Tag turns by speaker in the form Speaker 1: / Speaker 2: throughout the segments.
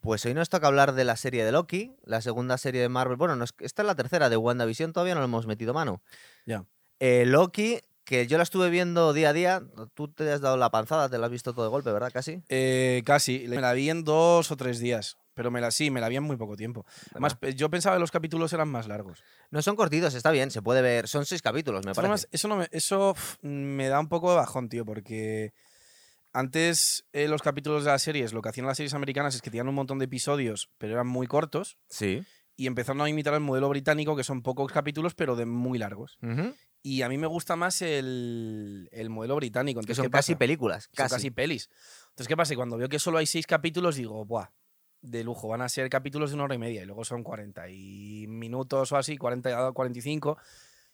Speaker 1: Pues hoy nos toca hablar de la serie de Loki, la segunda serie de Marvel. Bueno, no es- esta es la tercera de WandaVision, todavía no le hemos metido mano.
Speaker 2: Ya.
Speaker 1: Eh, Loki, que yo la estuve viendo día a día. Tú te has dado la panzada, te la has visto todo de golpe, ¿verdad? Casi.
Speaker 2: Eh, casi. Me la vi en dos o tres días. Pero me la, sí, me la vi en muy poco tiempo. Además, pe- yo pensaba que los capítulos eran más largos.
Speaker 1: No son cortitos, está bien, se puede ver. Son seis capítulos, me
Speaker 2: De todas
Speaker 1: parece.
Speaker 2: formas, eso, no me, eso pf, me da un poco de bajón, tío, porque antes eh, los capítulos de las series, lo que hacían las series americanas es que tenían un montón de episodios, pero eran muy cortos,
Speaker 1: Sí.
Speaker 2: y empezaron a imitar el modelo británico, que son pocos capítulos, pero de muy largos.
Speaker 1: Ujú.
Speaker 2: Y a mí me gusta más el, el modelo británico.
Speaker 1: Que
Speaker 2: Entonces,
Speaker 1: son
Speaker 2: ¿qué pasa?
Speaker 1: casi películas.
Speaker 2: Son
Speaker 1: Casi.
Speaker 2: casi pelis. Entonces, ¿qué pasa? Y Cuando veo que solo hay seis capítulos, digo, ¡buah! De lujo, van a ser capítulos de una hora y media y luego son 40 y minutos o así, 40, 45.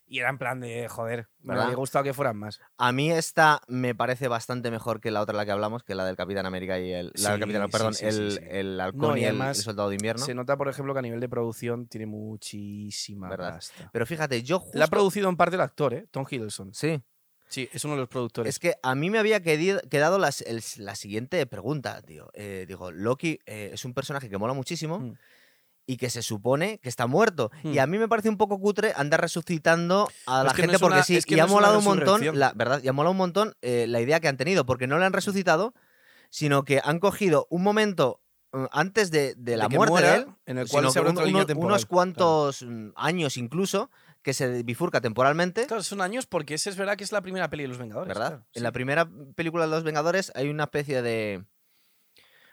Speaker 2: Y era en plan de, joder, me
Speaker 1: ¿Verdad?
Speaker 2: habría gustado que fueran más.
Speaker 1: A mí esta me parece bastante mejor que la otra, la que hablamos, que la del Capitán América y el. la del
Speaker 2: Sí,
Speaker 1: Capitán,
Speaker 2: sí,
Speaker 1: perdón,
Speaker 2: sí, sí,
Speaker 1: el,
Speaker 2: sí.
Speaker 1: el halcón
Speaker 2: No, y
Speaker 1: y, el- el,
Speaker 2: además
Speaker 1: soldado de invierno.
Speaker 2: Se nota, por ejemplo, que a nivel de producción tiene muchísima
Speaker 1: Verdad.
Speaker 2: pasta.
Speaker 1: Pero fíjate, yo justo.
Speaker 2: La ha producido en parte el actor, ¿eh? Tom Hiddleston.
Speaker 1: Sí.
Speaker 2: Sí, es uno de los productores.
Speaker 1: Es que a mí me había quedi- quedado las- el- la siguiente pregunta, tío. Eh, digo, Loki eh, es un personaje que mola muchísimo
Speaker 2: Mm.
Speaker 1: y que se supone que está muerto. Y
Speaker 2: Mm.
Speaker 1: a mí me parece un poco cutre andar resucitando a
Speaker 2: Es
Speaker 1: la
Speaker 2: que no
Speaker 1: gente
Speaker 2: es
Speaker 1: porque
Speaker 2: una-
Speaker 1: sí.
Speaker 2: es que
Speaker 1: y
Speaker 2: no
Speaker 1: ha
Speaker 2: es una
Speaker 1: molado un montón,
Speaker 2: resurrección. Mm.
Speaker 1: la verdad, y ha molado un montón eh, la idea que han tenido, porque no la han resucitado, sino que han cogido un momento mm, antes de, de la
Speaker 2: que
Speaker 1: muerte
Speaker 2: muera,
Speaker 1: de él,
Speaker 2: en el
Speaker 1: sino
Speaker 2: cual se
Speaker 1: que
Speaker 2: abre
Speaker 1: un-
Speaker 2: otra línea
Speaker 1: uno-
Speaker 2: temporal.
Speaker 1: unos
Speaker 2: Claro.
Speaker 1: cuantos mm, años incluso que se bifurca temporalmente.
Speaker 2: Claro, son años porque ese es verdad que es la primera peli de los Vengadores.
Speaker 1: ¿verdad?
Speaker 2: claro,
Speaker 1: en
Speaker 2: sí.
Speaker 1: la primera película de Los Vengadores hay una especie de...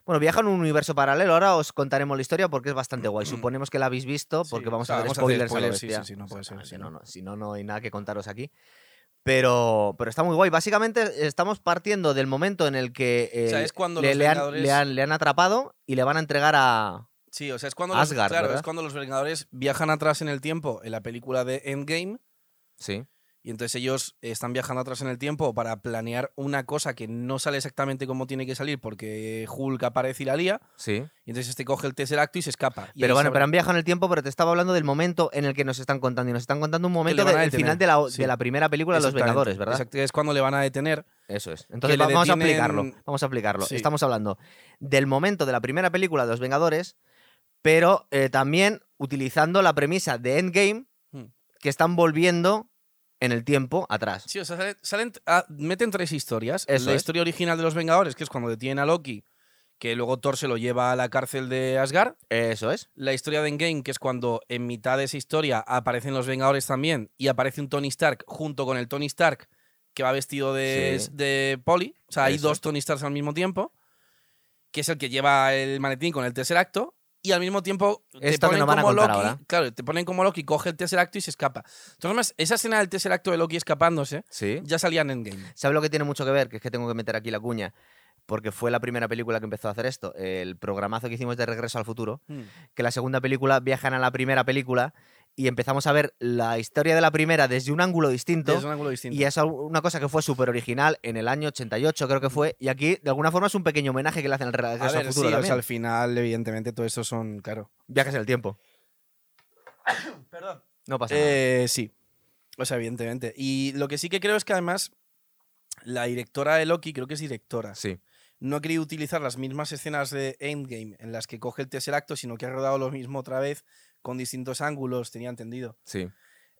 Speaker 1: Bueno, viajan a un universo paralelo. Ahora os contaremos la historia porque es bastante guay. Suponemos que la habéis visto porque
Speaker 2: Sí,
Speaker 1: vamos
Speaker 2: o sea,
Speaker 1: a hacer
Speaker 2: vamos a hacer
Speaker 1: spoilers. a lo
Speaker 2: spoilers, sí,
Speaker 1: bestia.
Speaker 2: sí, sí, no puede ser,
Speaker 1: Exactamente,
Speaker 2: sí,
Speaker 1: no,
Speaker 2: no.
Speaker 1: no, si no, no hay nada que contaros aquí. Pero, pero está muy guay. Básicamente estamos partiendo del momento en el que eh,
Speaker 2: O sea, es cuando
Speaker 1: le,
Speaker 2: los
Speaker 1: le han-
Speaker 2: Vengadores-
Speaker 1: le han, le han atrapado y le van a entregar a...
Speaker 2: Sí, o sea, es cuando,
Speaker 1: Asgard,
Speaker 2: los, claro,
Speaker 1: ¿verdad?
Speaker 2: es cuando los Vengadores viajan atrás en el tiempo en la película de Endgame.
Speaker 1: Sí.
Speaker 2: Y entonces ellos están viajando atrás en el tiempo para planear una cosa que no sale exactamente como tiene que salir porque Hulk aparece y la lía.
Speaker 1: Sí.
Speaker 2: Y entonces este coge el Tesseract y se escapa. Y
Speaker 1: Pero
Speaker 2: ahí
Speaker 1: bueno,
Speaker 2: se
Speaker 1: pero
Speaker 2: abre-
Speaker 1: han viajado en el tiempo, pero te estaba hablando del momento en el que nos están contando. Y nos están contando un momento
Speaker 2: van a
Speaker 1: del final de la,
Speaker 2: detener,
Speaker 1: de
Speaker 2: sí.
Speaker 1: la primera película de Los
Speaker 2: Exactamente,
Speaker 1: Vengadores, ¿verdad?
Speaker 2: exacto, es cuando le van a detener.
Speaker 1: Eso es. Entonces
Speaker 2: le
Speaker 1: va- vamos a
Speaker 2: detienen-
Speaker 1: aplicarlo. Vamos a aplicarlo.
Speaker 2: Sí.
Speaker 1: Estamos hablando del momento de la primera película de Los Vengadores, pero eh, también utilizando la premisa de Endgame,
Speaker 2: Hmm.
Speaker 1: que están volviendo en el tiempo atrás.
Speaker 2: Sí, o sea, salen, salen- ah, meten tres historias.
Speaker 1: Eso
Speaker 2: la
Speaker 1: es.
Speaker 2: historia original de los Vengadores, que es cuando detienen a Loki, que luego Thor se lo lleva a la cárcel de Asgard.
Speaker 1: Eso es.
Speaker 2: La historia de Endgame, que es cuando en mitad de esa historia aparecen los Vengadores también y aparece un Tony Stark junto con el Tony Stark que va vestido de,
Speaker 1: Sí.
Speaker 2: de Poli. O sea, hay
Speaker 1: Eso.
Speaker 2: dos Tony Starks al mismo tiempo, que es el que lleva el maletín con el Tesseract y al mismo tiempo te
Speaker 1: Esto que
Speaker 2: ponen
Speaker 1: nos van a
Speaker 2: como
Speaker 1: contar
Speaker 2: Loki,
Speaker 1: ahora.
Speaker 2: claro, te ponen como Loki, coge el Tesseract y se escapa. Entonces, esa escena del Tesseract de Loki escapándose
Speaker 1: Sí.
Speaker 2: ya salía en Endgame.
Speaker 1: ¿Sabes lo que tiene mucho que ver? Que es que tengo que meter aquí la cuña. Porque fue la primera película que empezó a hacer esto. El programazo que hicimos de Regreso al Futuro. que la segunda película viajan a la primera película y empezamos a ver la historia de la primera desde un ángulo distinto.
Speaker 2: Mm, Es un ángulo distinto.
Speaker 1: Y es al- una cosa que fue súper original en el año 88, creo que fue. Y aquí, de alguna forma, es un pequeño homenaje que le hacen al
Speaker 2: A
Speaker 1: regreso al
Speaker 2: ver,
Speaker 1: futuro
Speaker 2: sí, o sea,
Speaker 1: también.
Speaker 2: al final, evidentemente, todo esto son, claro.
Speaker 1: Viajes en el tiempo. No pasa nada.
Speaker 2: Eh, sí. O sea, evidentemente. Y lo que sí que creo es que además la directora de Loki, creo que es directora,
Speaker 1: Sí.
Speaker 2: no ha querido utilizar las mismas escenas de Endgame en las que coge el tercer acto, sino que ha rodado lo mismo otra vez con distintos ángulos, tenía entendido.
Speaker 1: Sí.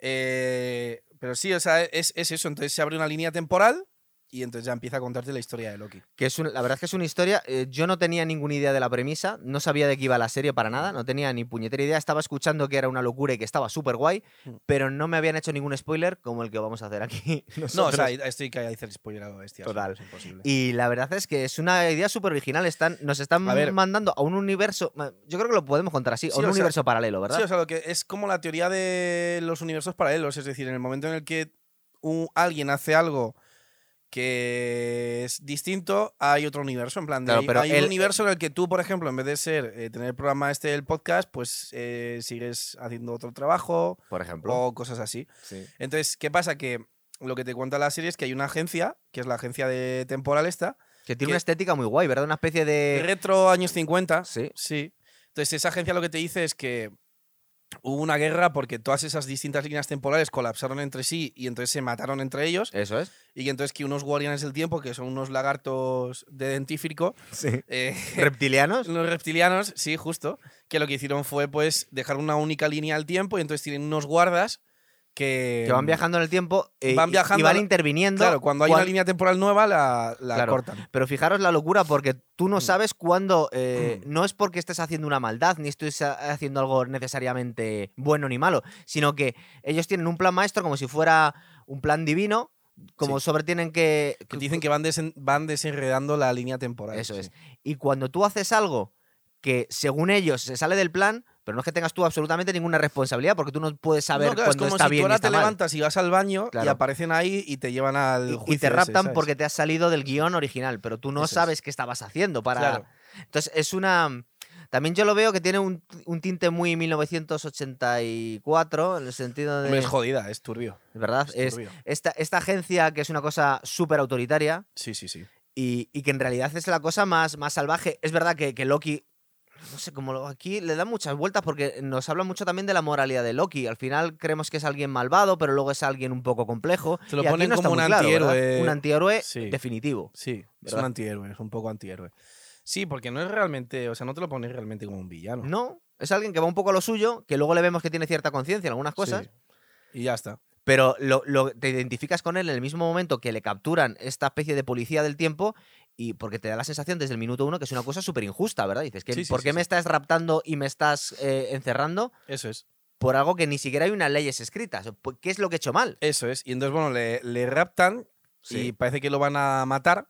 Speaker 2: Eh, pero sí, o sea, es, es eso. Entonces se abre una línea temporal y entonces ya empieza a contarte la historia de Loki.
Speaker 1: Que es un- la verdad es que es una historia. eh, yo no tenía ninguna idea de la premisa, no sabía de qué iba la serie para nada, no tenía ni puñetera idea. Estaba escuchando que era una locura y que estaba súper guay,
Speaker 2: Mm.
Speaker 1: pero no me habían hecho ningún spoiler como el que vamos a hacer aquí.
Speaker 2: No, o
Speaker 1: nosotros.
Speaker 2: sea, estoy que hacer spoiler a lo bestia. o sea,
Speaker 1: Total.
Speaker 2: es imposible.
Speaker 1: Y la verdad es que es una idea súper original. Están, nos están
Speaker 2: A ver.
Speaker 1: mandando a un universo. ma- Yo creo que lo podemos contar así, a
Speaker 2: Sí,
Speaker 1: un
Speaker 2: o sea-
Speaker 1: universo paralelo, ¿verdad?
Speaker 2: Sí, o sea, lo que es como la teoría de los universos paralelos, es decir, en el momento en el que un- alguien hace algo que es distinto, hay otro universo, en plan, de
Speaker 1: Claro,
Speaker 2: ahí-
Speaker 1: pero
Speaker 2: hay
Speaker 1: el- eh
Speaker 2: un universo en el que tú, por ejemplo, en vez de ser eh, tener el programa este del podcast, pues eh, sigues haciendo otro trabajo
Speaker 1: Por ejemplo.
Speaker 2: o cosas así. Entonces, ¿qué pasa? Que lo que te cuenta la serie es que hay una agencia, que es la agencia de temporal esta,
Speaker 1: Que tiene
Speaker 2: que-
Speaker 1: una estética muy guay, ¿verdad? Una especie de.
Speaker 2: retro años 50,
Speaker 1: Sí.
Speaker 2: Sí. Entonces, esa agencia lo que te dice es que hubo una guerra porque todas esas distintas líneas temporales colapsaron entre sí y entonces se mataron entre ellos.
Speaker 1: Eso es.
Speaker 2: Y que entonces que unos guardianes del tiempo, que son unos lagartos de dentífrico,
Speaker 1: Sí.
Speaker 2: eh,
Speaker 1: ¿Reptilianos?
Speaker 2: los reptilianos, sí, justo, que lo que hicieron fue pues dejar una única línea al tiempo y entonces tienen unos guardas que...
Speaker 1: Que van viajando en el tiempo eh,
Speaker 2: van
Speaker 1: y- y
Speaker 2: viajando
Speaker 1: van
Speaker 2: a-
Speaker 1: interviniendo.
Speaker 2: Claro, cuando hay
Speaker 1: cuan-
Speaker 2: una línea temporal nueva la, la
Speaker 1: Claro.
Speaker 2: cortan.
Speaker 1: Pero fijaros la locura, porque tú no
Speaker 2: Mm.
Speaker 1: sabes cuándo. eh,
Speaker 2: Mm.
Speaker 1: No es porque estés haciendo una maldad, ni estés ha- haciendo algo necesariamente bueno ni malo, sino que ellos tienen un plan maestro como si fuera un plan divino, como sobre tienen que.
Speaker 2: Que te dicen que van, desen- van desenredando la línea temporal.
Speaker 1: Eso
Speaker 2: sí.
Speaker 1: es. Y cuando tú haces algo que, según ellos, se sale del plan, pero no es que tengas tú absolutamente ninguna responsabilidad, porque tú no puedes saber
Speaker 2: No, claro, es
Speaker 1: cuándo
Speaker 2: como
Speaker 1: está
Speaker 2: si
Speaker 1: bien
Speaker 2: tú
Speaker 1: y
Speaker 2: ahora
Speaker 1: está
Speaker 2: te
Speaker 1: mal.
Speaker 2: levantas y vas al baño y
Speaker 1: Claro.
Speaker 2: aparecen ahí y te llevan
Speaker 1: Y-
Speaker 2: al
Speaker 1: Y,
Speaker 2: juicio
Speaker 1: te
Speaker 2: ese,
Speaker 1: raptan
Speaker 2: ¿sabes?
Speaker 1: porque te has salido del guión original, pero tú no
Speaker 2: Eso es.
Speaker 1: sabes qué estabas haciendo para.
Speaker 2: Claro.
Speaker 1: Entonces es una. También yo lo veo que tiene un, un tinte muy 1984, en el sentido de.
Speaker 2: Hombre, es jodida, es turbio.
Speaker 1: ¿Verdad?
Speaker 2: es
Speaker 1: Es
Speaker 2: turbio.
Speaker 1: esta, esta agencia que es una cosa súper autoritaria
Speaker 2: Sí, sí, sí.
Speaker 1: y, y que en realidad es la cosa más, más salvaje. Es verdad que, que Loki. No sé, como lo- aquí le dan muchas vueltas porque nos habla mucho también de la moralidad de Loki. Al final creemos que es alguien malvado, pero luego es alguien un poco complejo.
Speaker 2: Te lo
Speaker 1: Y aquí
Speaker 2: ponen
Speaker 1: no está
Speaker 2: como
Speaker 1: muy
Speaker 2: un
Speaker 1: claro, ¿verdad?
Speaker 2: antihéroe.
Speaker 1: un antihéroe
Speaker 2: Sí.
Speaker 1: definitivo.
Speaker 2: Sí, es
Speaker 1: ¿Verdad?
Speaker 2: un antihéroe, es un poco antihéroe. Sí, porque no es realmente, o sea, no te lo pones realmente como un villano.
Speaker 1: No, es alguien que va un poco a lo suyo, que luego le vemos que tiene cierta conciencia en algunas
Speaker 2: Sí.
Speaker 1: cosas,
Speaker 2: Y ya está.
Speaker 1: Pero lo, lo- te identificas con él en el mismo momento que le capturan esta especie de policía del tiempo y porque te da la sensación desde el minuto uno que es una cosa súper injusta, ¿verdad? Dices, que,
Speaker 2: Sí, sí,
Speaker 1: ¿por
Speaker 2: sí,
Speaker 1: qué me
Speaker 2: sí.
Speaker 1: estás raptando y me estás eh, encerrando
Speaker 2: Eso es.
Speaker 1: por algo que ni siquiera hay unas leyes escritas? ¿Por ¿Qué es lo que he hecho mal?
Speaker 2: Eso es. Y entonces, bueno, le, le raptan y
Speaker 1: Sí.
Speaker 2: parece que lo van a matar.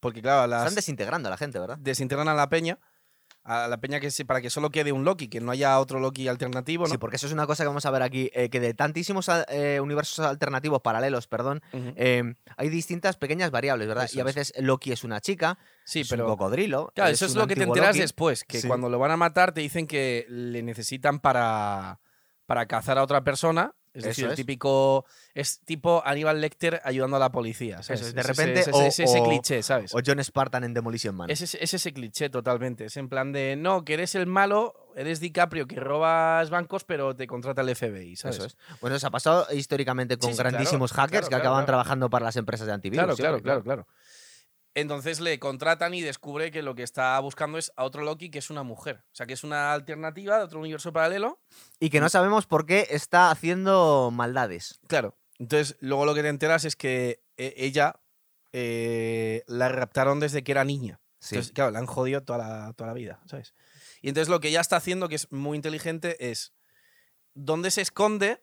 Speaker 2: Porque, claro, las,
Speaker 1: Están desintegrando a la gente, ¿verdad?
Speaker 2: desintegran a la peña. A la peña que se, para que solo quede un Loki, que no haya otro Loki alternativo, ¿no?
Speaker 1: Sí, porque eso es una cosa que vamos a ver aquí, eh, que de tantísimos a- eh, universos alternativos paralelos, perdón,
Speaker 2: Ujú.
Speaker 1: eh, hay distintas pequeñas variables, ¿verdad?
Speaker 2: Eso
Speaker 1: y a
Speaker 2: es.
Speaker 1: veces Loki es una chica,
Speaker 2: sí,
Speaker 1: es
Speaker 2: pero.
Speaker 1: un cocodrilo.
Speaker 2: Claro, eso es
Speaker 1: un
Speaker 2: lo que te
Speaker 1: antiguo
Speaker 2: enteras
Speaker 1: Loki.
Speaker 2: después, que
Speaker 1: Sí.
Speaker 2: cuando lo van a matar te dicen que le necesitan para, para cazar a otra persona. Es
Speaker 1: Eso
Speaker 2: decir, el
Speaker 1: es.
Speaker 2: típico. Es tipo Aníbal Lecter ayudando a la policía. ¿sabes?
Speaker 1: Eso es, de
Speaker 2: Es ese-
Speaker 1: repente,
Speaker 2: Es ese,
Speaker 1: o-
Speaker 2: es ese
Speaker 1: o-
Speaker 2: cliché, ¿sabes?
Speaker 1: O John Spartan en Demolition Man.
Speaker 2: Es ese, es ese cliché totalmente. Es en plan de no, que eres el malo, eres DiCaprio, que robas bancos, pero te contrata el FBI, ¿sabes?
Speaker 1: Eso es. Bueno, se ha pasado históricamente con
Speaker 2: Sí, sí, claro,
Speaker 1: grandísimos hackers
Speaker 2: claro,
Speaker 1: que
Speaker 2: claro,
Speaker 1: acaban
Speaker 2: claro.
Speaker 1: trabajando para las empresas de antivirus.
Speaker 2: Claro,
Speaker 1: sí,
Speaker 2: claro, claro, claro. Entonces le contratan y descubre que lo que está buscando es a otro Loki que es una mujer. O sea, que es una alternativa de otro universo paralelo.
Speaker 1: Y
Speaker 2: Mm.
Speaker 1: que no sabemos por qué está haciendo maldades.
Speaker 2: Claro. Entonces, luego lo que te enteras es que eh, ella eh, la raptaron desde que era niña.
Speaker 1: Sí.
Speaker 2: Entonces, claro, la han jodido toda la, toda la vida, ¿sabes? Y entonces lo que ella está haciendo, que es muy inteligente, es dónde se esconde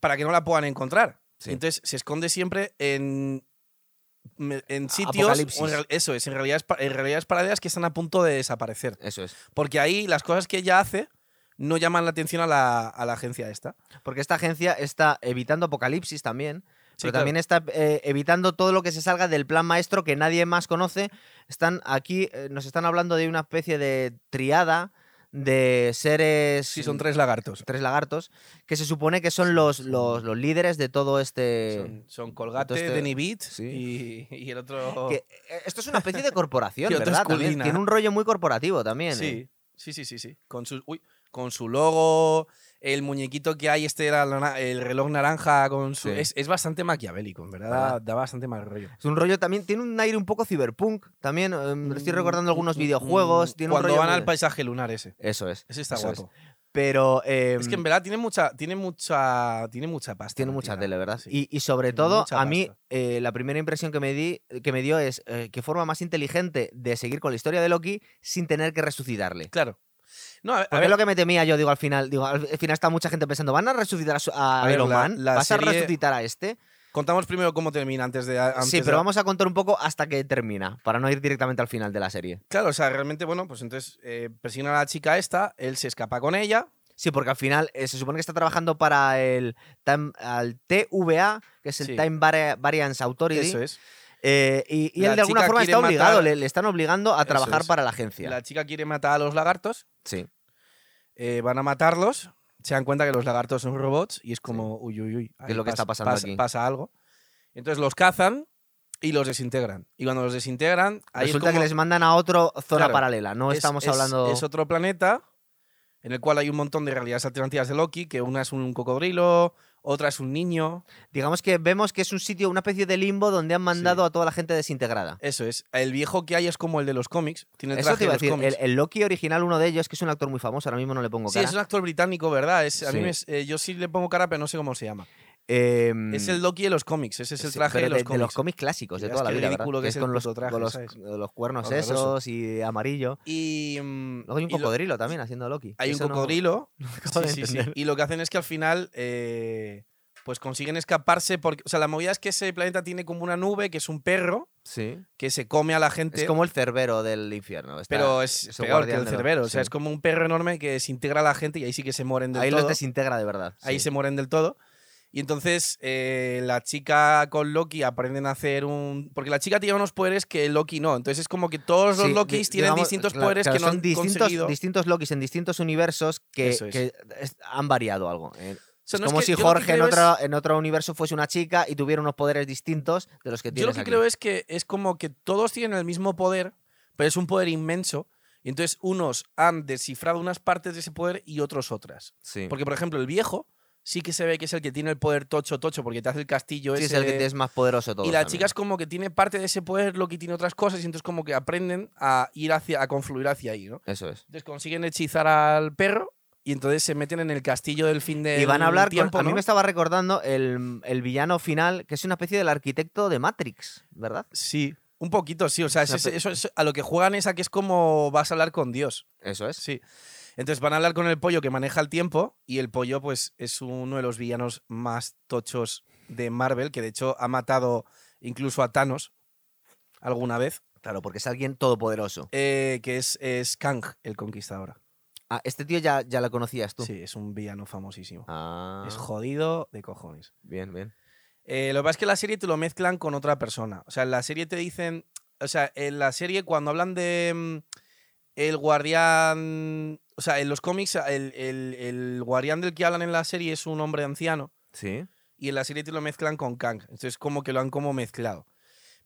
Speaker 2: para que no la puedan encontrar.
Speaker 1: Sí.
Speaker 2: Entonces, se esconde siempre en, me- en sitios...
Speaker 1: Apocalipsis.
Speaker 2: o en real- eso es, en realidades, pa- en realidades paralelas que están a punto de desaparecer.
Speaker 1: Eso es.
Speaker 2: Porque ahí las cosas que ella hace no llaman la atención a la, a la agencia esta.
Speaker 1: Porque esta agencia está evitando apocalipsis también,
Speaker 2: Sí,
Speaker 1: pero
Speaker 2: claro.
Speaker 1: también está eh, evitando todo lo que se salga del plan maestro que nadie más conoce. Están aquí, eh, nos están hablando de una especie de triada de seres.
Speaker 2: Sí, son tres lagartos.
Speaker 1: tres lagartos, que se supone que son los, los, los líderes de todo este.
Speaker 2: Son, son Colgate,
Speaker 1: entonces te-
Speaker 2: Denny Beat
Speaker 1: sí.
Speaker 2: y, y el otro.
Speaker 1: Que, eh, esto es una especie de corporación,
Speaker 2: Y otro
Speaker 1: ¿verdad?
Speaker 2: es
Speaker 1: También
Speaker 2: Culina.
Speaker 1: Tiene un rollo muy corporativo también. ¿eh?
Speaker 2: sí, sí, sí, sí, sí. Con su, uy, con su logo, el muñequito que hay, este era la na- el reloj naranja con su.
Speaker 1: Sí.
Speaker 2: Es, es bastante maquiavélico, en verdad. Da,
Speaker 1: ¿Verdad?
Speaker 2: da bastante mal rollo.
Speaker 1: Es un rollo también, tiene un aire un poco cyberpunk también. em, estoy recordando algunos
Speaker 2: Mm,
Speaker 1: videojuegos.
Speaker 2: mm,
Speaker 1: Tiene un
Speaker 2: Cuando
Speaker 1: rollo
Speaker 2: van
Speaker 1: muy
Speaker 2: al
Speaker 1: de-
Speaker 2: paisaje lunar ese.
Speaker 1: Eso es.
Speaker 2: Ese está
Speaker 1: Eso
Speaker 2: guapo.
Speaker 1: Pero.
Speaker 2: Es. que en
Speaker 1: em, pues,
Speaker 2: verdad tiene mucha, tiene mucha, tiene mucha pasta.
Speaker 1: tiene
Speaker 2: metida,
Speaker 1: mucha tele, ¿verdad?
Speaker 2: sí.
Speaker 1: Y, y sobre
Speaker 2: Tiene
Speaker 1: todo,
Speaker 2: mucha
Speaker 1: a mí
Speaker 2: pasta.
Speaker 1: eh, la primera impresión que me, di, que me dio es eh, qué forma más inteligente de seguir con la historia de Loki sin tener que resucitarle.
Speaker 2: Claro. No, a, a
Speaker 1: Porque
Speaker 2: ver,
Speaker 1: es lo que me temía yo, digo, al final. Digo, al final está mucha gente pensando, ¿van a resucitar a, su- a
Speaker 2: A ver,
Speaker 1: Iron
Speaker 2: la-
Speaker 1: Man?
Speaker 2: la
Speaker 1: ¿Vas a
Speaker 2: serie-
Speaker 1: resucitar a este?
Speaker 2: contamos primero cómo termina antes de. antes
Speaker 1: sí,
Speaker 2: de-
Speaker 1: pero vamos a contar un poco hasta que termina, para no ir directamente al final de la serie.
Speaker 2: Claro, o sea, realmente, bueno, pues entonces eh, persiguen a la chica esta, él se escapa con ella,
Speaker 1: Sí, porque al final eh, se supone que está trabajando para el time- al TVA, que es el
Speaker 2: Sí.
Speaker 1: Time Vari- Variance Authority.
Speaker 2: eso es.
Speaker 1: eh, y y
Speaker 2: La
Speaker 1: él de alguna
Speaker 2: chica
Speaker 1: forma
Speaker 2: quiere
Speaker 1: está obligado,
Speaker 2: matar-
Speaker 1: le, le están obligando a
Speaker 2: Eso
Speaker 1: trabajar
Speaker 2: es.
Speaker 1: para la agencia.
Speaker 2: La chica quiere matar a los lagartos,
Speaker 1: Sí.
Speaker 2: eh, van a matarlos, se dan cuenta que los lagartos son robots y es como, uy, uy, uy. ahí
Speaker 1: es lo que
Speaker 2: pasa-
Speaker 1: está pasando
Speaker 2: pasa,
Speaker 1: aquí?
Speaker 2: pasa algo. Entonces los cazan y los desintegran. Y cuando los desintegran, ahí es
Speaker 1: Resulta
Speaker 2: como-
Speaker 1: que les mandan a otra zona
Speaker 2: Claro,
Speaker 1: paralela, no
Speaker 2: es-
Speaker 1: estamos
Speaker 2: es-
Speaker 1: hablando...
Speaker 2: Es otro planeta en el cual hay un montón de realidades alternativas de Loki, que una es un cocodrilo, otra es un niño.
Speaker 1: Digamos que vemos que es un sitio, una especie de limbo donde han mandado a toda la gente desintegrada.
Speaker 2: Eso es. El viejo que hay es como el de los cómics. Tiene el
Speaker 1: Eso
Speaker 2: traje
Speaker 1: te iba a
Speaker 2: de los
Speaker 1: decir.
Speaker 2: cómics.
Speaker 1: El, el Loki original, uno de ellos, que es un actor muy famoso, ahora mismo no le pongo
Speaker 2: Sí,
Speaker 1: cara.
Speaker 2: es un actor británico, ¿verdad? Es, a mí
Speaker 1: Sí.
Speaker 2: me es- eh, yo sí le pongo cara, pero no sé cómo se llama.
Speaker 1: Em,
Speaker 2: Es el Loki de los cómics, ese es el
Speaker 1: sí,
Speaker 2: traje
Speaker 1: pero
Speaker 2: de los
Speaker 1: de los
Speaker 2: cómics.
Speaker 1: cómics clásicos de
Speaker 2: Ya,
Speaker 1: toda
Speaker 2: es
Speaker 1: la
Speaker 2: que
Speaker 1: vida, ¿verdad?
Speaker 2: ridículo que
Speaker 1: Que
Speaker 2: es
Speaker 1: es
Speaker 2: el
Speaker 1: con los,
Speaker 2: puto traje,
Speaker 1: con los-
Speaker 2: ¿sabes?
Speaker 1: los cuernos
Speaker 2: Horroroso.
Speaker 1: esos y amarillo.
Speaker 2: Y. mm,
Speaker 1: Luego hay un
Speaker 2: y lo-
Speaker 1: cocodrilo también haciendo Loki.
Speaker 2: hay un
Speaker 1: Eso no-
Speaker 2: cocodrilo.
Speaker 1: acabo de
Speaker 2: Sí, sí, sí.
Speaker 1: entender.
Speaker 2: Y lo que hacen es que al final. eh, pues consiguen escaparse porque. O sea, la movida es que ese planeta tiene como una nube que es un perro
Speaker 1: Sí.
Speaker 2: que se come a la gente.
Speaker 1: Es como el cerbero del infierno. está-
Speaker 2: pero es
Speaker 1: es el
Speaker 2: peor que
Speaker 1: guardián
Speaker 2: el
Speaker 1: de los-
Speaker 2: cerbero. O sea,
Speaker 1: sí.
Speaker 2: es como un perro enorme que desintegra a la gente y ahí sí que se mueren del
Speaker 1: ahí
Speaker 2: todo.
Speaker 1: los desintegra de verdad.
Speaker 2: ahí
Speaker 1: sí.
Speaker 2: se mueren del todo. Y entonces eh, la chica con Loki aprenden a hacer un. Porque la chica tiene unos poderes que Loki no. Entonces es como que todos los
Speaker 1: Sí,
Speaker 2: Lokis
Speaker 1: di-
Speaker 2: tienen
Speaker 1: digamos,
Speaker 2: distintos
Speaker 1: claro,
Speaker 2: poderes
Speaker 1: claro,
Speaker 2: que no
Speaker 1: son
Speaker 2: han
Speaker 1: distintos,
Speaker 2: conseguido.
Speaker 1: distintos Lokis en distintos universos que,
Speaker 2: Eso es.
Speaker 1: que es- han variado algo. eh.
Speaker 2: O sea,
Speaker 1: es
Speaker 2: no
Speaker 1: como
Speaker 2: que-
Speaker 1: si
Speaker 2: yo lo que
Speaker 1: Jorge en
Speaker 2: creo es-
Speaker 1: otro, en otro universo fuese una chica y tuviera unos poderes distintos de los que tiene.
Speaker 2: Yo lo que creo es que es como que todos tienen el mismo poder, pero es un poder inmenso. Y entonces unos han descifrado unas partes de ese poder y otros otras. Porque, por ejemplo, el viejo sí que se ve que es el que tiene el poder tocho tocho porque te hace el castillo
Speaker 1: Sí,
Speaker 2: ese.
Speaker 1: es el que es más poderoso de todos.
Speaker 2: Y la
Speaker 1: también.
Speaker 2: chica es como que tiene parte de ese poder, Loki tiene otras cosas, y entonces como que aprenden a ir hacia, a confluir hacia ahí, ¿no?
Speaker 1: Eso es.
Speaker 2: Entonces consiguen hechizar al perro y entonces se meten en el castillo del fin de
Speaker 1: Y van a hablar. con-
Speaker 2: tiempo,
Speaker 1: a mí
Speaker 2: ¿no?
Speaker 1: me estaba recordando el, el villano final, que es una especie del arquitecto de Matrix, ¿verdad?
Speaker 2: Sí, un poquito, sí. O sea, es-
Speaker 1: Una
Speaker 2: es-
Speaker 1: pe-
Speaker 2: eso es a lo que juegan es a que es como vas a hablar con Dios.
Speaker 1: Eso es.
Speaker 2: Sí. Entonces van a hablar con el pollo que maneja el tiempo y el pollo pues es uno de los villanos más tochos de Marvel, que de hecho ha matado incluso a Thanos alguna vez,
Speaker 1: Claro, porque es alguien todopoderoso.
Speaker 2: eh, que es, es Kang, el conquistador.
Speaker 1: Ah, este tío ya, ya la conocías tú.
Speaker 2: Sí, es un villano famosísimo.
Speaker 1: Ah,
Speaker 2: Es jodido de cojones.
Speaker 1: bien, bien.
Speaker 2: Eh, lo que pasa es que en la serie te lo mezclan con otra persona. O sea, en la serie te dicen. O sea, en la serie cuando hablan de. mm, El guardián. O sea, en los cómics, el, el- el guardián del que hablan en la serie es un hombre anciano.
Speaker 1: Sí.
Speaker 2: Y en la serie te lo mezclan con Kang. Entonces, como que lo han como mezclado.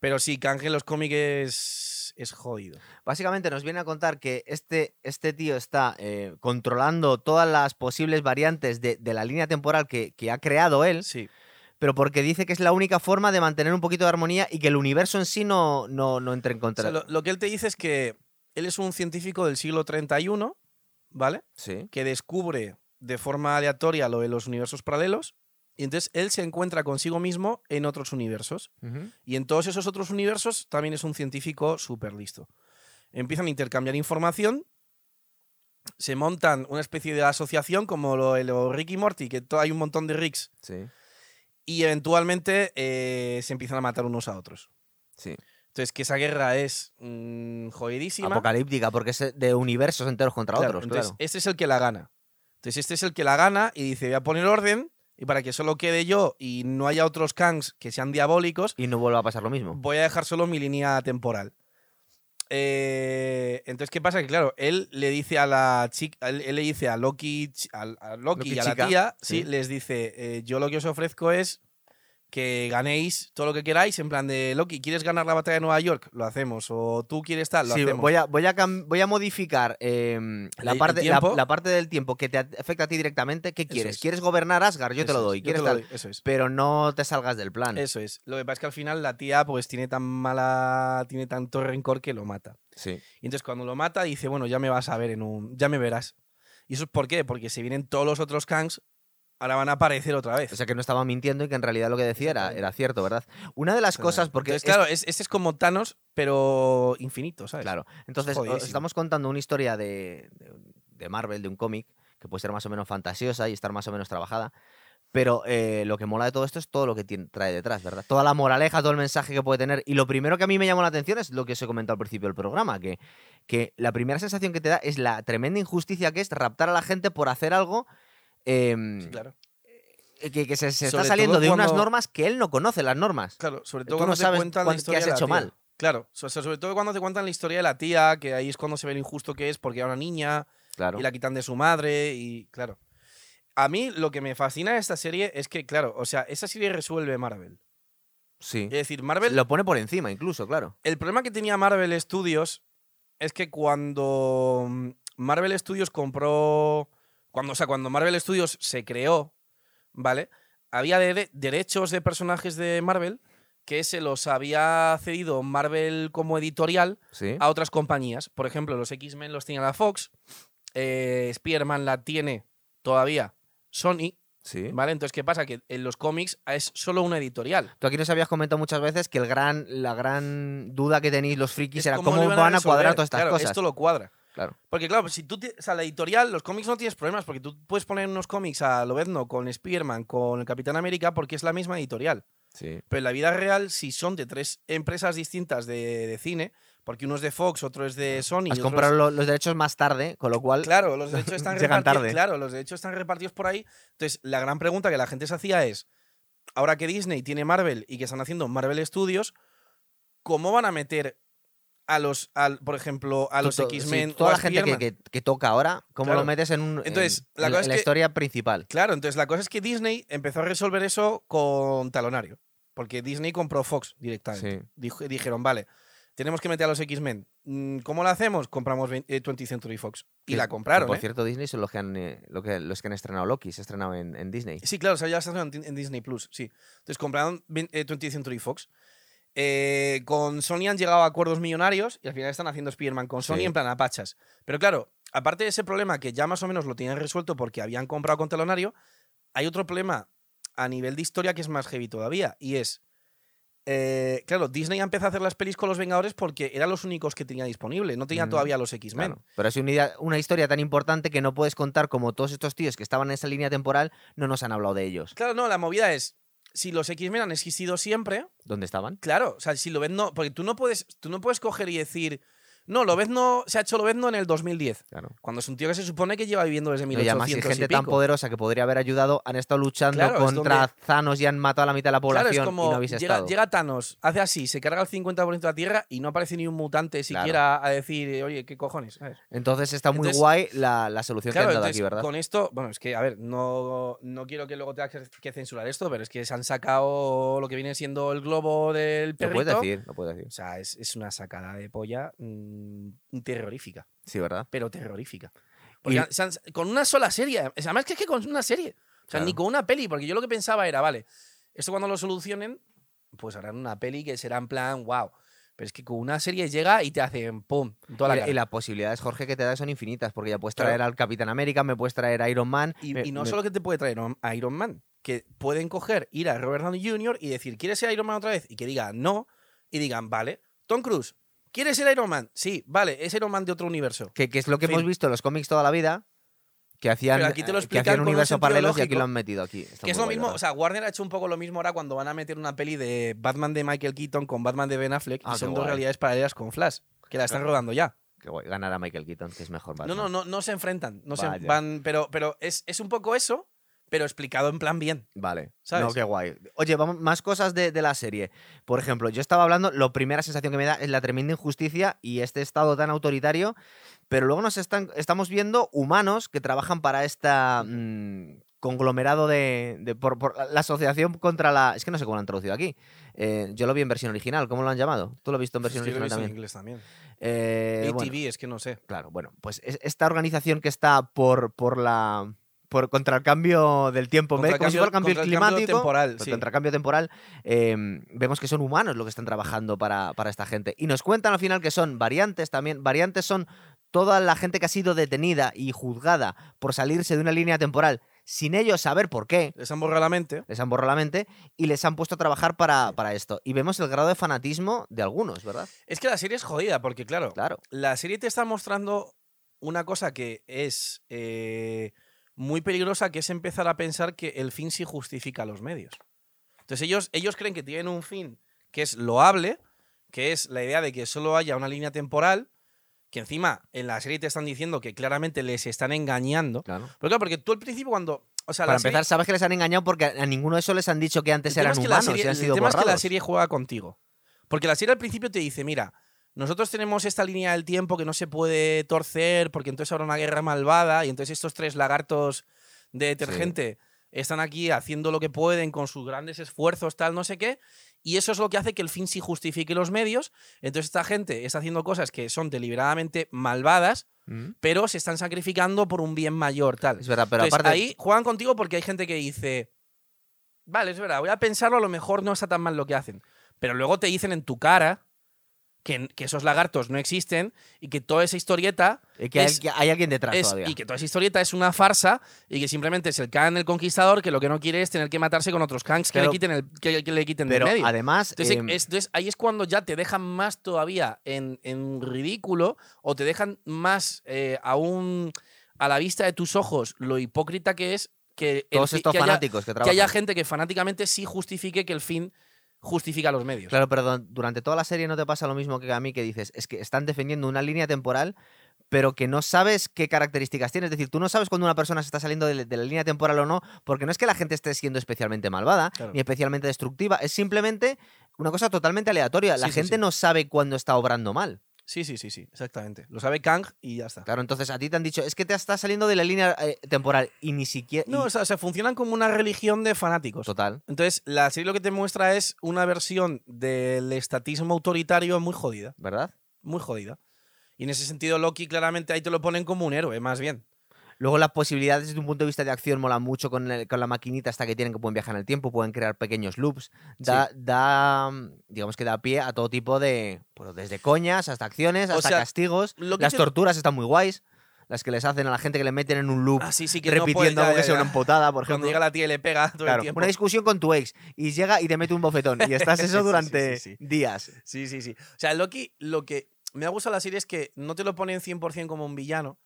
Speaker 2: Pero sí, Kang en los cómics es. es jodido.
Speaker 1: ¿Eh? Básicamente nos viene a contar que este, este tío está eh, controlando todas las posibles variantes de, de la línea temporal que, que ha creado él,
Speaker 2: Sí.
Speaker 1: pero porque dice que es la única forma de mantener un poquito de armonía y que el universo en sí no, no, no entre en
Speaker 2: O sea,
Speaker 1: contra.
Speaker 2: lo, lo que él te dice es que él es un científico del siglo 31, ¿vale?
Speaker 1: Sí.
Speaker 2: que descubre de forma aleatoria lo de los universos paralelos. Y entonces él se encuentra consigo mismo en otros universos. Y en todos esos otros universos también es un científico súper listo. Empiezan a intercambiar información. Se montan una especie de asociación como lo de los Rick y Morty, que to- hay un montón de Ricks.
Speaker 1: Sí.
Speaker 2: Y eventualmente eh, se empiezan a matar unos a otros.
Speaker 1: Sí.
Speaker 2: Entonces, que esa guerra es mm, jodidísima.
Speaker 1: Apocalíptica, porque es de universos enteros contra
Speaker 2: Claro,
Speaker 1: otros,
Speaker 2: entonces,
Speaker 1: claro.
Speaker 2: Este es el que la gana. Entonces, este es el que la gana y dice, voy a poner orden y para que solo quede yo y no haya otros Kangs que sean diabólicos,
Speaker 1: Y no vuelva a pasar lo mismo.
Speaker 2: voy a dejar solo mi línea temporal. Eh, entonces, ¿qué pasa? Que claro, él le dice a la chica, él, él le dice a Loki, chi- a, a Loki,
Speaker 1: Loki
Speaker 2: y a la
Speaker 1: chica,
Speaker 2: tía, sí,
Speaker 1: sí.
Speaker 2: les dice, eh, yo lo que os ofrezco es que ganéis todo lo que queráis, en plan de Loki, ¿quieres ganar la batalla de Nueva York? Lo hacemos. O tú quieres tal, Ah, lo
Speaker 1: Sí,
Speaker 2: hacemos.
Speaker 1: voy a, voy a, cam- voy a modificar em, la,
Speaker 2: El- el
Speaker 1: parte, la,
Speaker 2: tiempo.
Speaker 1: la parte del tiempo que te afecta a ti directamente. ¿Qué quieres?
Speaker 2: es.
Speaker 1: ¿Quieres gobernar Asgard? Yo te
Speaker 2: Eso
Speaker 1: lo
Speaker 2: es,
Speaker 1: doy.
Speaker 2: yo te
Speaker 1: ¿Quieres
Speaker 2: lo
Speaker 1: tal?
Speaker 2: doy, Eso es.
Speaker 1: pero no te salgas del plan.
Speaker 2: Eso es. Lo que pasa es que al final la tía pues tiene tan mala, tiene tanto rencor que lo mata.
Speaker 1: Sí.
Speaker 2: Y entonces cuando lo mata dice, bueno, ya me vas a ver en un, ya me verás. ¿Y eso es por qué? Porque si vienen todos los otros Kangs, ahora van a aparecer otra vez.
Speaker 1: O sea que no estaba mintiendo y que en realidad lo que decía era,
Speaker 2: Exactamente.
Speaker 1: era cierto, ¿verdad? Una de las cosas, porque
Speaker 2: Entonces,
Speaker 1: es-
Speaker 2: claro, es- este es como Thanos, pero infinito, ¿sabes?
Speaker 1: claro, entonces os
Speaker 2: jodidísimo.
Speaker 1: estamos contando una historia de, de Marvel, de un cómic, que puede ser más o menos fantasiosa y estar más o menos trabajada. Pero eh, lo que mola de todo esto es todo lo que tiene- trae detrás, ¿verdad? Toda la moraleja, todo el mensaje que puede tener. Y lo primero que a mí me llamó la atención es lo que os he comentado al principio del programa, que, que la primera sensación que te da es la tremenda injusticia que es raptar a la gente por hacer algo em,
Speaker 2: Sí, claro.
Speaker 1: Eh, que, que se, se está
Speaker 2: Sobre
Speaker 1: saliendo
Speaker 2: todo
Speaker 1: de unas
Speaker 2: cuando-
Speaker 1: normas que él no conoce, las normas.
Speaker 2: Claro, sobre
Speaker 1: Tú
Speaker 2: todo
Speaker 1: no
Speaker 2: cuando te
Speaker 1: sabes
Speaker 2: cuentan la
Speaker 1: cuán- qué
Speaker 2: historia
Speaker 1: has
Speaker 2: de la
Speaker 1: hecho
Speaker 2: tía.
Speaker 1: mal.
Speaker 2: Claro, so- so- sobre todo cuando te cuentan la historia de la tía, que ahí es cuando se ve lo injusto que es porque era una niña,
Speaker 1: Claro.
Speaker 2: y la quitan de su madre y claro. A mí lo que me fascina de esta serie es que, claro, o sea, esa serie resuelve Marvel.
Speaker 1: Sí.
Speaker 2: Es decir, Marvel,
Speaker 1: Lo pone por encima, incluso, claro.
Speaker 2: el problema que tenía Marvel Studios es que cuando mm, Marvel Studios compró. Cuando, o sea, cuando Marvel Studios se creó, ¿vale? Había de- de- derechos de personajes de Marvel que se los había cedido Marvel como editorial
Speaker 1: Sí.
Speaker 2: a otras compañías. Por ejemplo, los X-Men los tenía la Fox, eh, Spider-Man la tiene todavía Sony,
Speaker 1: sí.
Speaker 2: ¿vale? Entonces, ¿qué pasa? Que en los cómics es solo una editorial.
Speaker 1: Tú aquí nos habías comentado muchas veces que el gran, la gran duda que tenéis los frikis
Speaker 2: Es
Speaker 1: era
Speaker 2: como
Speaker 1: cómo
Speaker 2: lo iban
Speaker 1: van a cuadrar
Speaker 2: resolver.
Speaker 1: todas estas
Speaker 2: Claro,
Speaker 1: cosas.
Speaker 2: Esto lo cuadra.
Speaker 1: Claro.
Speaker 2: Porque claro, pues, si tú, ti- o sea, la editorial, los cómics no tienes problemas, porque tú puedes poner unos cómics a Lobezno con Spider-Man, con el Capitán América, porque es la misma editorial.
Speaker 1: Sí.
Speaker 2: Pero en la vida real, si son de tres empresas distintas de, de cine, porque uno es de Fox, otro es de Sony.
Speaker 1: Has
Speaker 2: otro
Speaker 1: comprado
Speaker 2: es-
Speaker 1: lo- los derechos más tarde, con lo cual.
Speaker 2: Claro, los derechos están
Speaker 1: Llegan
Speaker 2: repartidos.
Speaker 1: tarde.
Speaker 2: Claro, los derechos están repartidos por ahí. Entonces, la gran pregunta que la gente se hacía es: ahora que Disney tiene Marvel y que están haciendo Marvel Studios, ¿cómo van a meter a los, al- por ejemplo, a
Speaker 1: tú-
Speaker 2: los
Speaker 1: tú-
Speaker 2: X-Men
Speaker 1: sí,
Speaker 2: o
Speaker 1: toda
Speaker 2: a
Speaker 1: la gente que,
Speaker 2: Spiderman?
Speaker 1: que- que toca ahora, ¿cómo
Speaker 2: Claro.
Speaker 1: lo metes en, un,
Speaker 2: Entonces,
Speaker 1: en-
Speaker 2: la
Speaker 1: en
Speaker 2: cosa es
Speaker 1: en la
Speaker 2: que-
Speaker 1: historia principal?
Speaker 2: Claro, entonces la cosa es que Disney empezó a resolver eso con talonario. Porque Disney compró Fox directamente.
Speaker 1: Sí.
Speaker 2: Dij- dijeron, vale, tenemos que meter a los X-Men. Mm, ¿Cómo lo hacemos? Compramos 20, eh, 20th Century Fox. Y
Speaker 1: Que-
Speaker 2: la
Speaker 1: que
Speaker 2: compraron.
Speaker 1: Por
Speaker 2: ¿eh?
Speaker 1: cierto, Disney son los que han, eh, lo que, los que han estrenado Loki, se ha estrenado en, en Disney.
Speaker 2: Sí, claro, se había estado en, en Disney Plus, sí. Entonces compraron 20, eh, 20th Century Fox. Eh, con Sony han llegado a acuerdos millonarios y al final están haciendo Spider-Man con Sony
Speaker 1: Sí.
Speaker 2: en plan apachas. Pero claro, aparte de ese problema que ya más o menos lo tenían resuelto porque habían comprado con telonario, hay otro problema a nivel de historia que es más heavy todavía y es. eh, claro, Disney empezó a hacer las pelis con los Vengadores porque eran los únicos que tenía disponible, no tenía
Speaker 1: Mm,
Speaker 2: todavía los X-Men.
Speaker 1: Claro. Pero es una, idea- una historia tan importante que no puedes contar como todos estos tíos que estaban en esa línea temporal no nos han hablado de ellos.
Speaker 2: Claro, no, la movida es, si los X-Men han existido siempre,
Speaker 1: ¿Dónde estaban?
Speaker 2: Claro, o sea, si lo ves no, porque tú no puedes, tú no puedes coger y decir, no, lo ves no, se ha hecho lo ves no en el 2010,
Speaker 1: Claro.
Speaker 2: cuando es un tío que se supone que lleva viviendo desde
Speaker 1: No, y además, si
Speaker 2: 1800 y
Speaker 1: gente tan
Speaker 2: pico.
Speaker 1: poderosa que podría haber ayudado han estado luchando
Speaker 2: Claro, es
Speaker 1: contra
Speaker 2: donde-
Speaker 1: Thanos y han matado a la mitad de la
Speaker 2: Claro,
Speaker 1: población
Speaker 2: es
Speaker 1: y
Speaker 2: como
Speaker 1: no habéis
Speaker 2: llega,
Speaker 1: estado.
Speaker 2: llega Thanos, hace así, se carga el 50% de la Tierra y no aparece ni un mutante siquiera a decir, oye, ¿qué cojones? ¿Sabes?
Speaker 1: Entonces está muy
Speaker 2: Entonces-
Speaker 1: guay la, la solución
Speaker 2: Claro,
Speaker 1: que han dado
Speaker 2: entonces,
Speaker 1: aquí, ¿verdad?
Speaker 2: con esto, bueno, es que, a ver, no, no quiero que luego tengas que- que censurar esto, pero es que se han sacado lo que viene siendo el globo del
Speaker 1: Lo
Speaker 2: perrito.
Speaker 1: puedes decir, lo puedes decir.
Speaker 2: O sea, es, es una sacada de polla mm, terrorífica.
Speaker 1: Sí, ¿verdad?
Speaker 2: pero terrorífica.
Speaker 1: Y-
Speaker 2: Porque se han- con una sola serie, o sea, además que es que con una serie, o sea,
Speaker 1: Claro.
Speaker 2: ni con una peli, porque yo lo que pensaba era, vale, esto cuando lo solucionen, pues harán una peli que será en plan, wow. Pero es que con una serie llega y te hacen pum, en toda la
Speaker 1: Y-
Speaker 2: cara.
Speaker 1: y, las posibilidades, Jorge, que te da son infinitas, porque ya puedes
Speaker 2: Claro.
Speaker 1: traer al Capitán América, me puedes traer a Iron Man.
Speaker 2: Y,
Speaker 1: me-
Speaker 2: y no
Speaker 1: me-
Speaker 2: solo que te puede traer a Iron Man, que pueden coger, ir a Robert Downey Jr. y decir, ¿quieres ser Iron Man otra vez? Y que diga no, y digan, vale, Tom Cruise, ¿quieres ser Iron Man? Sí, vale, es Iron Man de otro universo.
Speaker 1: Que, que es lo que
Speaker 2: Fin.
Speaker 1: hemos visto en los cómics toda la vida, que hacían,
Speaker 2: Pero aquí te lo
Speaker 1: eh, que
Speaker 2: explican
Speaker 1: hacían
Speaker 2: con un
Speaker 1: universos
Speaker 2: sentido
Speaker 1: paralelos y aquí
Speaker 2: lógico.
Speaker 1: lo han metido aquí. Está
Speaker 2: Que es
Speaker 1: muy
Speaker 2: lo
Speaker 1: guay,
Speaker 2: mismo,
Speaker 1: ¿verdad?
Speaker 2: o sea, Warner ha hecho un poco lo mismo ahora cuando van a meter una peli de Batman de Michael Keaton con Batman de Ben Affleck
Speaker 1: Ah,
Speaker 2: y
Speaker 1: qué
Speaker 2: son dos
Speaker 1: guay.
Speaker 2: realidades paralelas con Flash, que la están rodando ya.
Speaker 1: Qué guay, Ganar a Michael Keaton, que es mejor Batman.
Speaker 2: No, no, no, no se enfrentan, no se
Speaker 1: Vaya.
Speaker 2: van, pero, pero es, es un poco eso, pero explicado en plan bien.
Speaker 1: Vale.
Speaker 2: ¿Sabes?
Speaker 1: No, qué guay. Oye, vamos, más cosas de, de la serie. Por ejemplo, yo estaba hablando, la primera sensación que me da es la tremenda injusticia y este estado tan autoritario, pero luego nos están, estamos viendo humanos que trabajan para esta mm, conglomerado de... de- por, por la asociación contra la... Es que no sé cómo lo han traducido aquí. Eh, yo lo vi en versión original, ¿cómo lo han llamado? ¿Tú lo has visto en versión
Speaker 2: Sí, yo lo he
Speaker 1: original
Speaker 2: visto en
Speaker 1: también?
Speaker 2: inglés E también.
Speaker 1: Eh,
Speaker 2: ATV,
Speaker 1: bueno.
Speaker 2: es que no sé.
Speaker 1: Claro, bueno, pues es- esta organización que está por, por la. Por, contra el cambio del tiempo, en vez de-
Speaker 2: Contra
Speaker 1: como
Speaker 2: el
Speaker 1: si fuera Pues el
Speaker 2: cambio-
Speaker 1: cambio
Speaker 2: contra el cambio
Speaker 1: climático,
Speaker 2: temporal,
Speaker 1: pues
Speaker 2: sí.
Speaker 1: contra el cambio temporal, eh, vemos que son humanos los que están trabajando para, para esta gente. Y nos cuentan al final que son variantes también. Variantes son toda la gente que ha sido detenida y juzgada por salirse de una línea temporal sin ellos saber por qué
Speaker 2: Les han borrado la mente.
Speaker 1: les han borrado la mente y les han puesto a trabajar para, para esto. Y vemos el grado de fanatismo de algunos, ¿verdad?
Speaker 2: Es que la serie es jodida, porque claro,
Speaker 1: Claro.
Speaker 2: la serie te está mostrando una cosa que es eh, muy peligrosa, que es empezar a pensar que el fin sí justifica los medios. Entonces ellos, ellos creen que tienen un fin que es loable, que es la idea de que solo haya una línea temporal, que encima en la serie te están diciendo que claramente les están engañando.
Speaker 1: claro.
Speaker 2: Pero claro, porque tú al principio cuando... O sea,
Speaker 1: Para
Speaker 2: la serie-
Speaker 1: empezar, sabes que les han engañado porque a a ninguno de esos les han dicho que antes
Speaker 2: el
Speaker 1: eran
Speaker 2: tema es que la
Speaker 1: humanos
Speaker 2: serie-
Speaker 1: y han
Speaker 2: el
Speaker 1: sido
Speaker 2: tema es que la
Speaker 1: borrados.
Speaker 2: serie juega contigo. Porque la serie al principio te dice, mira, nosotros tenemos esta línea del tiempo que no se puede torcer porque entonces habrá una guerra malvada y entonces estos tres lagartos de detergente están aquí haciendo lo que pueden con sus grandes esfuerzos, tal, no sé qué. Y eso es lo que hace que el fin sí justifique los medios. Entonces esta gente está haciendo cosas que son deliberadamente malvadas,
Speaker 1: Mm.
Speaker 2: pero se están sacrificando por un bien mayor, tal.
Speaker 1: Es verdad, pero
Speaker 2: Entonces,
Speaker 1: aparte.
Speaker 2: ahí juegan contigo porque hay gente que dice, vale, es verdad, voy a pensarlo, a lo mejor no está tan mal lo que hacen. Pero luego te dicen en tu cara que, que esos lagartos no existen y que toda esa historieta
Speaker 1: eh, que hay-
Speaker 2: es-
Speaker 1: que hay alguien detrás
Speaker 2: es-
Speaker 1: todavía.
Speaker 2: y que toda esa historieta es una farsa y que simplemente es el Khan el conquistador que lo que no quiere es tener que matarse con otros Khans que
Speaker 1: Pero-
Speaker 2: le quiten, el, que, que le quiten del
Speaker 1: pero
Speaker 2: medio.
Speaker 1: además.
Speaker 2: Entonces,
Speaker 1: em,
Speaker 2: es- entonces, ahí es cuando ya te dejan más todavía en, en ridículo o te dejan más eh, aún a la vista de tus ojos lo hipócrita que es que, el
Speaker 1: todos
Speaker 2: fi-
Speaker 1: estos
Speaker 2: que haya,
Speaker 1: fanáticos que
Speaker 2: que
Speaker 1: trabajan.
Speaker 2: haya gente que fanáticamente sí justifique que el fin justifica los medios.
Speaker 1: Claro, pero don- durante toda la serie no te pasa lo mismo que a mí que dices, es que están defendiendo una línea temporal, pero que no sabes qué características tiene. Es decir, tú no sabes cuando una persona se está saliendo de, la- de la línea temporal o no, porque no es que la gente esté siendo especialmente malvada
Speaker 2: Claro.
Speaker 1: ni especialmente destructiva, es simplemente una cosa totalmente aleatoria. La
Speaker 2: Sí, sí,
Speaker 1: gente
Speaker 2: sí.
Speaker 1: no sabe cuándo está obrando mal.
Speaker 2: Sí, sí, sí, sí, exactamente. Lo sabe Kang y ya está.
Speaker 1: Claro, entonces a ti te han dicho, es que te estás saliendo de la línea eh, temporal y ni siquiera...
Speaker 2: No,
Speaker 1: y-
Speaker 2: o sea, se funcionan como una religión de fanáticos.
Speaker 1: Total.
Speaker 2: Entonces, la serie lo que te muestra es una versión del estatismo autoritario muy jodida.
Speaker 1: ¿Verdad?
Speaker 2: muy jodida. Y en ese sentido, Loki claramente ahí te lo ponen como un héroe, más bien.
Speaker 1: Luego las posibilidades desde un punto de vista de acción mola mucho con, el- con la maquinita hasta que tienen que pueden viajar en el tiempo, pueden crear pequeños loops. Da, da, mm, digamos que da pie a todo tipo de, bueno, desde coñas hasta acciones,
Speaker 2: O
Speaker 1: hasta
Speaker 2: sea,
Speaker 1: castigos.
Speaker 2: lo que
Speaker 1: Las
Speaker 2: yo-
Speaker 1: torturas están muy guays, las que les hacen a la gente que le meten en un loop
Speaker 2: Así Ah, sí que no
Speaker 1: repitiendo
Speaker 2: puede- ya,
Speaker 1: algo
Speaker 2: ya,
Speaker 1: que sea
Speaker 2: ya.
Speaker 1: una empotada, por
Speaker 2: Cuando
Speaker 1: ejemplo.
Speaker 2: llega la tía y le pega todo el
Speaker 1: Claro,
Speaker 2: tiempo.
Speaker 1: una discusión con tu ex y llega y te mete un bofetón y estás
Speaker 2: Sí,
Speaker 1: eso
Speaker 2: sí,
Speaker 1: durante
Speaker 2: sí, sí.
Speaker 1: días.
Speaker 2: Sí, sí, sí. O sea, Loki, lo que me ha gustado de la serie es que no te lo ponen 100% como un villano,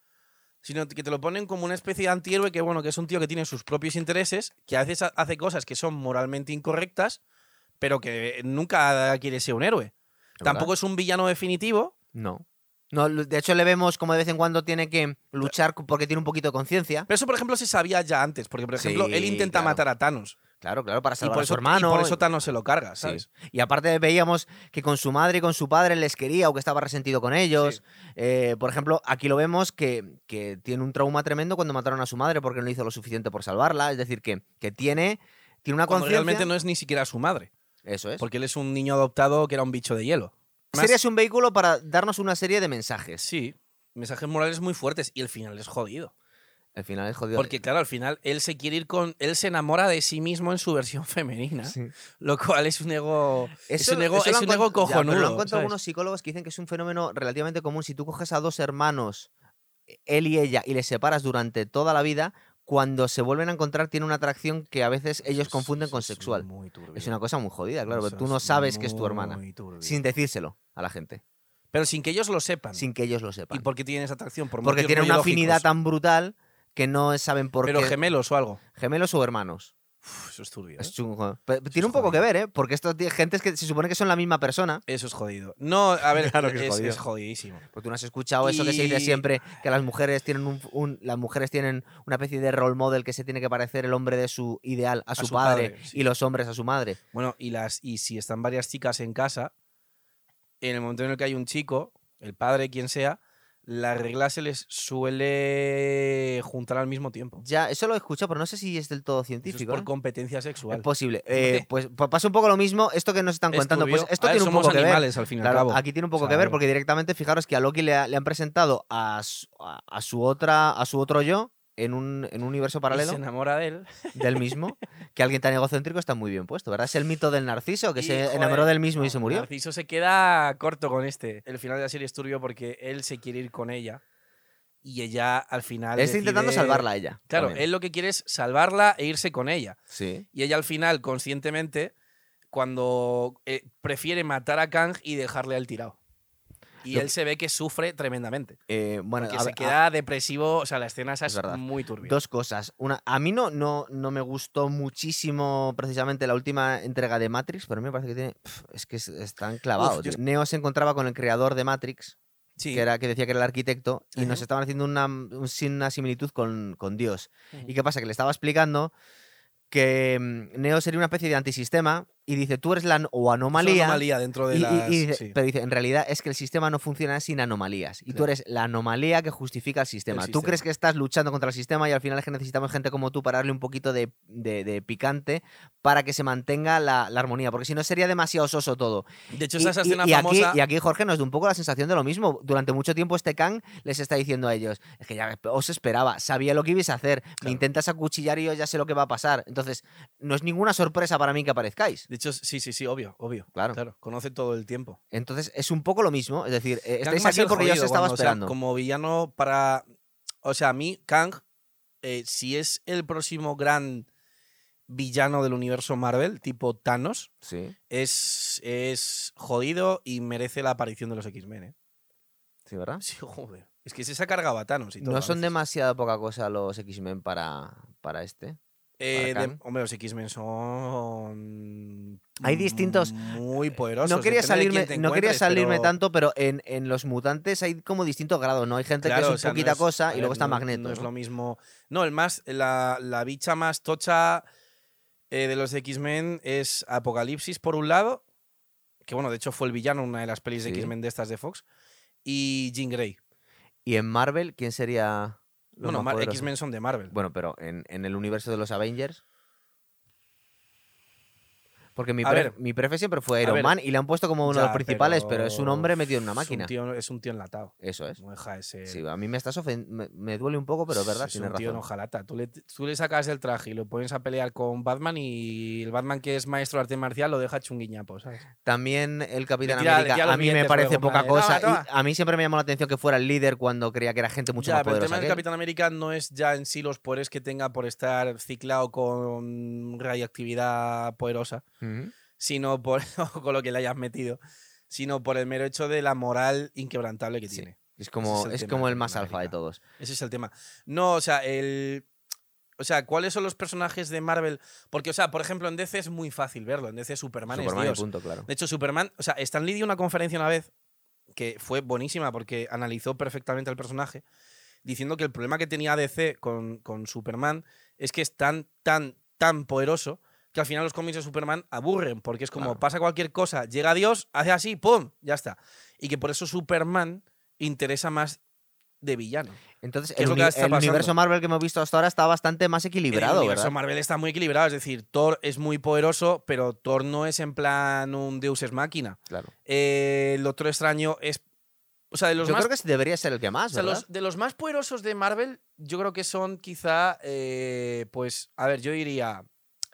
Speaker 2: sino que te lo ponen como una especie de antihéroe que, bueno, que es un tío que tiene sus propios intereses, que a veces ha- hace cosas que son moralmente incorrectas, pero que nunca quiere ser un héroe.
Speaker 1: ¿Verdad?
Speaker 2: Tampoco es un villano definitivo.
Speaker 1: No. No, lo- de hecho le vemos como de vez en cuando tiene que luchar porque tiene un poquito de conciencia.
Speaker 2: Pero eso, por ejemplo, se sabía ya antes, porque, por ejemplo, él
Speaker 1: Sí,
Speaker 2: intenta
Speaker 1: claro.
Speaker 2: matar a Thanos.
Speaker 1: Claro, claro, para
Speaker 2: Y
Speaker 1: salvar
Speaker 2: por,
Speaker 1: a su
Speaker 2: eso,
Speaker 1: hermano.
Speaker 2: y por
Speaker 1: y-
Speaker 2: eso Thanos se lo carga,
Speaker 1: Sí.
Speaker 2: ¿sabes?
Speaker 1: Y aparte veíamos que con su madre y con su padre les quería o que estaba resentido con ellos. Eh, por ejemplo, aquí lo vemos que, que tiene un trauma tremendo cuando mataron a su madre porque no hizo lo suficiente por salvarla. Es decir, que, que tiene, tiene una
Speaker 2: Cuando
Speaker 1: conciencia.
Speaker 2: realmente no es ni siquiera su madre,
Speaker 1: Eso es.
Speaker 2: porque él es un niño adoptado que era un bicho de hielo.
Speaker 1: La
Speaker 2: Además,
Speaker 1: serie es un vehículo para darnos una serie de mensajes.
Speaker 2: Sí, mensajes morales muy fuertes y el final es jodido.
Speaker 1: Al final es jodido.
Speaker 2: Porque claro, al final él se quiere ir con, él se enamora de sí mismo en su versión femenina,
Speaker 1: Sí.
Speaker 2: lo cual es un ego, es
Speaker 1: Eso-
Speaker 2: un ego,
Speaker 1: eso lo
Speaker 2: es
Speaker 1: han
Speaker 2: un ego
Speaker 1: cont- ya, pero
Speaker 2: cojonudo.
Speaker 1: lo han contado
Speaker 2: ¿sabes?
Speaker 1: algunos psicólogos que dicen que es un fenómeno relativamente común. Si tú coges a dos hermanos, él y ella, y les separas durante toda la vida, cuando se vuelven a encontrar tiene una atracción que a veces ellos
Speaker 2: Eso es-
Speaker 1: confunden
Speaker 2: eso
Speaker 1: con
Speaker 2: es
Speaker 1: sexual.
Speaker 2: muy turbio.
Speaker 1: Es una cosa muy jodida, claro,
Speaker 2: Eso
Speaker 1: pero tú no
Speaker 2: es
Speaker 1: sabes que es tu hermana.
Speaker 2: muy turbio.
Speaker 1: Sin decírselo a la gente,
Speaker 2: Pero sin que ellos lo sepan.
Speaker 1: sin que ellos lo
Speaker 2: ¿Y
Speaker 1: sepan.
Speaker 2: por qué tienen esa atracción? Por
Speaker 1: Porque
Speaker 2: motivos
Speaker 1: tienen
Speaker 2: muy
Speaker 1: una
Speaker 2: lógicos.
Speaker 1: afinidad tan brutal que no saben por
Speaker 2: Pero
Speaker 1: qué.
Speaker 2: gemelos o algo.
Speaker 1: Gemelos o hermanos.
Speaker 2: Uf, eso es turbio. ¿eh?
Speaker 1: Es chungo. Pero tiene
Speaker 2: es
Speaker 1: un poco que
Speaker 2: jodido.
Speaker 1: ver, ¿eh? Porque esto tiene gente que se supone que son la misma persona.
Speaker 2: Eso es jodido. No, a ver,
Speaker 1: Claro que es
Speaker 2: es,
Speaker 1: jodido.
Speaker 2: es jodidísimo.
Speaker 1: Porque Pues tú no has escuchado eso que se dice
Speaker 2: Y-
Speaker 1: siempre, que las mujeres tienen un, un- las mujeres tienen una especie de role model que se tiene que parecer el hombre de su ideal a su,
Speaker 2: su
Speaker 1: padre,
Speaker 2: padre, sí.
Speaker 1: y los hombres a su madre.
Speaker 2: Bueno, y, las, y si están varias chicas en casa, en el momento en el que hay un chico, el padre, quien sea, la regla se les suele juntar al mismo tiempo.
Speaker 1: Ya, eso lo he escuchado, pero no sé si es del todo
Speaker 2: Eso es
Speaker 1: científico.
Speaker 2: por
Speaker 1: ¿eh?
Speaker 2: competencia
Speaker 1: Es
Speaker 2: sexual.
Speaker 1: posible. Eh, pues pa- pasa un poco lo mismo, esto que nos están
Speaker 2: Es
Speaker 1: contando. Pues
Speaker 2: turbio.
Speaker 1: esto
Speaker 2: A ver,
Speaker 1: tiene un
Speaker 2: somos
Speaker 1: poco que ver.
Speaker 2: animales, al fin y
Speaker 1: Claro,
Speaker 2: al cabo.
Speaker 1: aquí tiene un poco
Speaker 2: O
Speaker 1: que
Speaker 2: sea,
Speaker 1: ver porque directamente fijaros que a Loki le, ha- le han presentado a su, a, a su otra a su otro yo en un, en un universo
Speaker 2: y
Speaker 1: paralelo
Speaker 2: Se enamora de él.
Speaker 1: del mismo que alguien tan egocéntrico está muy bien puesto verdad es el mito del narciso que
Speaker 2: Y,
Speaker 1: se
Speaker 2: joder,
Speaker 1: enamoró del mismo y se murió
Speaker 2: Narciso se queda corto con este. El final de la serie es turbio porque él se quiere ir con ella y ella al final.
Speaker 1: Está intentando
Speaker 2: decide-
Speaker 1: salvarla a ella.
Speaker 2: Claro,
Speaker 1: también.
Speaker 2: él lo que quiere es salvarla e irse con ella.
Speaker 1: Sí.
Speaker 2: Y ella al final, conscientemente, cuando eh, prefiere matar a Kang y dejarle al tirado. Y
Speaker 1: Lo
Speaker 2: él
Speaker 1: que-
Speaker 2: se ve que sufre tremendamente.
Speaker 1: Eh, bueno,
Speaker 2: que
Speaker 1: a
Speaker 2: se
Speaker 1: ver, a-
Speaker 2: queda depresivo. O sea, la escena esa
Speaker 1: Es
Speaker 2: es,
Speaker 1: verdad.
Speaker 2: muy turbia.
Speaker 1: dos cosas. Una, a mí no, no, no me gustó muchísimo precisamente la última entrega de Matrix, pero a mí me parece que tiene. pf, es que es- están clavados.
Speaker 2: Uf, yo-
Speaker 1: tío. Neo se encontraba con el creador de Matrix,
Speaker 2: sí.
Speaker 1: que, era, que decía que era el arquitecto, y nos
Speaker 2: Ajá.
Speaker 1: estaban haciendo una, un- una similitud con, con Dios.
Speaker 2: Ujú.
Speaker 1: ¿Y qué pasa? Que le estaba explicando que mm, Neo sería una especie de antisistema y dice, tú eres la an- o
Speaker 2: Es una
Speaker 1: anomalía.
Speaker 2: anomalía dentro de
Speaker 1: y- y-
Speaker 2: las...
Speaker 1: y dice-
Speaker 2: sí.
Speaker 1: Pero dice, en realidad es que el sistema no funciona sin anomalías. Y tú
Speaker 2: Claro.
Speaker 1: eres la anomalía que justifica el sistema.
Speaker 2: El
Speaker 1: Tú
Speaker 2: sistema.
Speaker 1: crees que estás luchando contra el sistema y al final es que necesitamos gente como tú para darle un poquito de, de- de picante para que se mantenga la, la armonía. Porque si no sería demasiado soso todo.
Speaker 2: De hecho,
Speaker 1: Y-
Speaker 2: esa esa
Speaker 1: y-
Speaker 2: escena
Speaker 1: y aquí,
Speaker 2: famosa...
Speaker 1: y aquí, Jorge nos da un poco la sensación de lo mismo. Durante mucho tiempo este Kang les está diciendo a ellos, es que ya os esperaba, sabía lo que ibais a hacer, me
Speaker 2: Claro.
Speaker 1: intentas acuchillar y yo ya sé lo que va a pasar. Entonces, no es ninguna sorpresa para mí que aparezcáis.
Speaker 2: De hecho, sí, sí, sí, obvio, obvio.
Speaker 1: Claro.
Speaker 2: Claro, conoce todo el tiempo.
Speaker 1: Entonces, es un poco lo mismo. Es decir, eh,
Speaker 2: Kang
Speaker 1: estáis
Speaker 2: va a ser
Speaker 1: aquí porque yo os
Speaker 2: jodido
Speaker 1: estaba
Speaker 2: cuando- o sea,
Speaker 1: esperando.
Speaker 2: como villano para. O sea, a mí, Kang, eh, si es el próximo gran villano del universo Marvel, tipo Thanos,
Speaker 1: Sí,
Speaker 2: es, es jodido y merece la aparición de los X-Men. ¿eh?
Speaker 1: sí, ¿verdad?
Speaker 2: Sí, joder. Es que se se ha cargado a Thanos y todo.
Speaker 1: No
Speaker 2: a
Speaker 1: son
Speaker 2: veces.
Speaker 1: demasiado poca cosa los X-Men para, para este.
Speaker 2: Eh,
Speaker 1: para
Speaker 2: de-
Speaker 1: Kang.
Speaker 2: hombre, los X-Men son.
Speaker 1: Hay distintos-
Speaker 2: Muy poderosos.
Speaker 1: No quería
Speaker 2: depende de quién
Speaker 1: salirme,
Speaker 2: te
Speaker 1: no quería
Speaker 2: encuentres,
Speaker 1: salirme
Speaker 2: pero-
Speaker 1: tanto, pero en, en los mutantes hay como distintos grados, ¿no? Hay gente
Speaker 2: Claro,
Speaker 1: que es un
Speaker 2: o sea, no
Speaker 1: poquita
Speaker 2: es- a
Speaker 1: cosa y
Speaker 2: ver,
Speaker 1: luego está
Speaker 2: no-
Speaker 1: Magneto.
Speaker 2: No es
Speaker 1: ¿no?
Speaker 2: lo mismo. No, el más, la, la bicha más tocha eh, de los X-Men es Apocalipsis, por un lado. Que bueno, de hecho fue el villano en una de las pelis
Speaker 1: Sí.
Speaker 2: de X-Men de estas de Fox. Y Jean Grey.
Speaker 1: Y en Marvel, ¿quién sería los
Speaker 2: Bueno,
Speaker 1: más
Speaker 2: Mar-
Speaker 1: poderosos?
Speaker 2: X-Men son de Marvel.
Speaker 1: Bueno, pero en, en el universo de los Avengers. Porque mi,
Speaker 2: A
Speaker 1: pre-
Speaker 2: ver.
Speaker 1: mi prefe siempre fue
Speaker 2: A
Speaker 1: Iron
Speaker 2: ver.
Speaker 1: Man y le han puesto como uno de
Speaker 2: Ya,
Speaker 1: los principales, pero... es un hombre metido en una
Speaker 2: es un
Speaker 1: máquina.
Speaker 2: tío- es un tío enlatado.
Speaker 1: Eso es.
Speaker 2: No deja de ser-
Speaker 1: Sí, a mí me estás ofen- me, me duele un poco, pero es verdad,
Speaker 2: es
Speaker 1: tienes
Speaker 2: un tío
Speaker 1: razón.
Speaker 2: enojalata. Tú le, tú le sacas el traje y lo pones a pelear con Batman y el Batman que es maestro de arte marcial lo deja chunguiñapo, ¿sabes?
Speaker 1: También el Capitán
Speaker 2: Le tira- le tira
Speaker 1: América,
Speaker 2: los
Speaker 1: a mí me
Speaker 2: billetes,
Speaker 1: parece
Speaker 2: juego,
Speaker 1: poca
Speaker 2: madre.
Speaker 1: cosa.
Speaker 2: Toma, toma.
Speaker 1: y a mí siempre me llamó la atención que fuera el líder cuando creía que era gente mucho
Speaker 2: ya,
Speaker 1: más
Speaker 2: pero el
Speaker 1: poderosa.
Speaker 2: tema
Speaker 1: que
Speaker 2: del
Speaker 1: él.
Speaker 2: Capitán América no es ya en sí los poderes que tenga por estar ciclado con radioactividad poderosa,
Speaker 1: Ujú.
Speaker 2: sino por o con lo que le hayas metido, sino por el mero hecho de la moral inquebrantable que
Speaker 1: Sí.
Speaker 2: tiene.
Speaker 1: Es como
Speaker 2: Ese
Speaker 1: es,
Speaker 2: es el tema
Speaker 1: como
Speaker 2: del
Speaker 1: el más
Speaker 2: Capitán
Speaker 1: alfa de
Speaker 2: América.
Speaker 1: todos.
Speaker 2: Ese es el tema. No, o sea, el o sea, ¿cuáles son los personajes de Marvel? Porque o sea, por ejemplo, en DC es muy fácil verlo, en DC Superman,
Speaker 1: Superman y
Speaker 2: es Dios.
Speaker 1: punto, claro.
Speaker 2: De hecho, Superman, o sea, Stan Lee dio una conferencia una vez que fue buenísima porque analizó perfectamente al personaje, diciendo que el problema que tenía DC con, con Superman es que es tan, tan, tan poderoso que al final los cómics de Superman aburren, porque es como
Speaker 1: Claro.
Speaker 2: pasa cualquier cosa, llega Dios, hace así, ¡pum! Ya está. Y que por eso Superman interesa más de villano.
Speaker 1: Entonces,
Speaker 2: ¿Qué
Speaker 1: el,
Speaker 2: es lo que
Speaker 1: uni-
Speaker 2: está
Speaker 1: el
Speaker 2: pasando?
Speaker 1: universo Marvel que hemos visto hasta ahora está bastante más equilibrado,
Speaker 2: el universo
Speaker 1: ¿verdad?
Speaker 2: Marvel está muy equilibrado, es decir, Thor es muy poderoso, pero Thor no es en plan un Deus es máquina.
Speaker 1: Claro.
Speaker 2: Eh, el otro extraño es. O sea, de los,
Speaker 1: Yo
Speaker 2: más,
Speaker 1: creo que debería ser el que
Speaker 2: o
Speaker 1: más,
Speaker 2: sea,
Speaker 1: ¿verdad?
Speaker 2: los- de los más poderosos de Marvel, yo creo que son quizá. eh, pues, a ver, yo diría.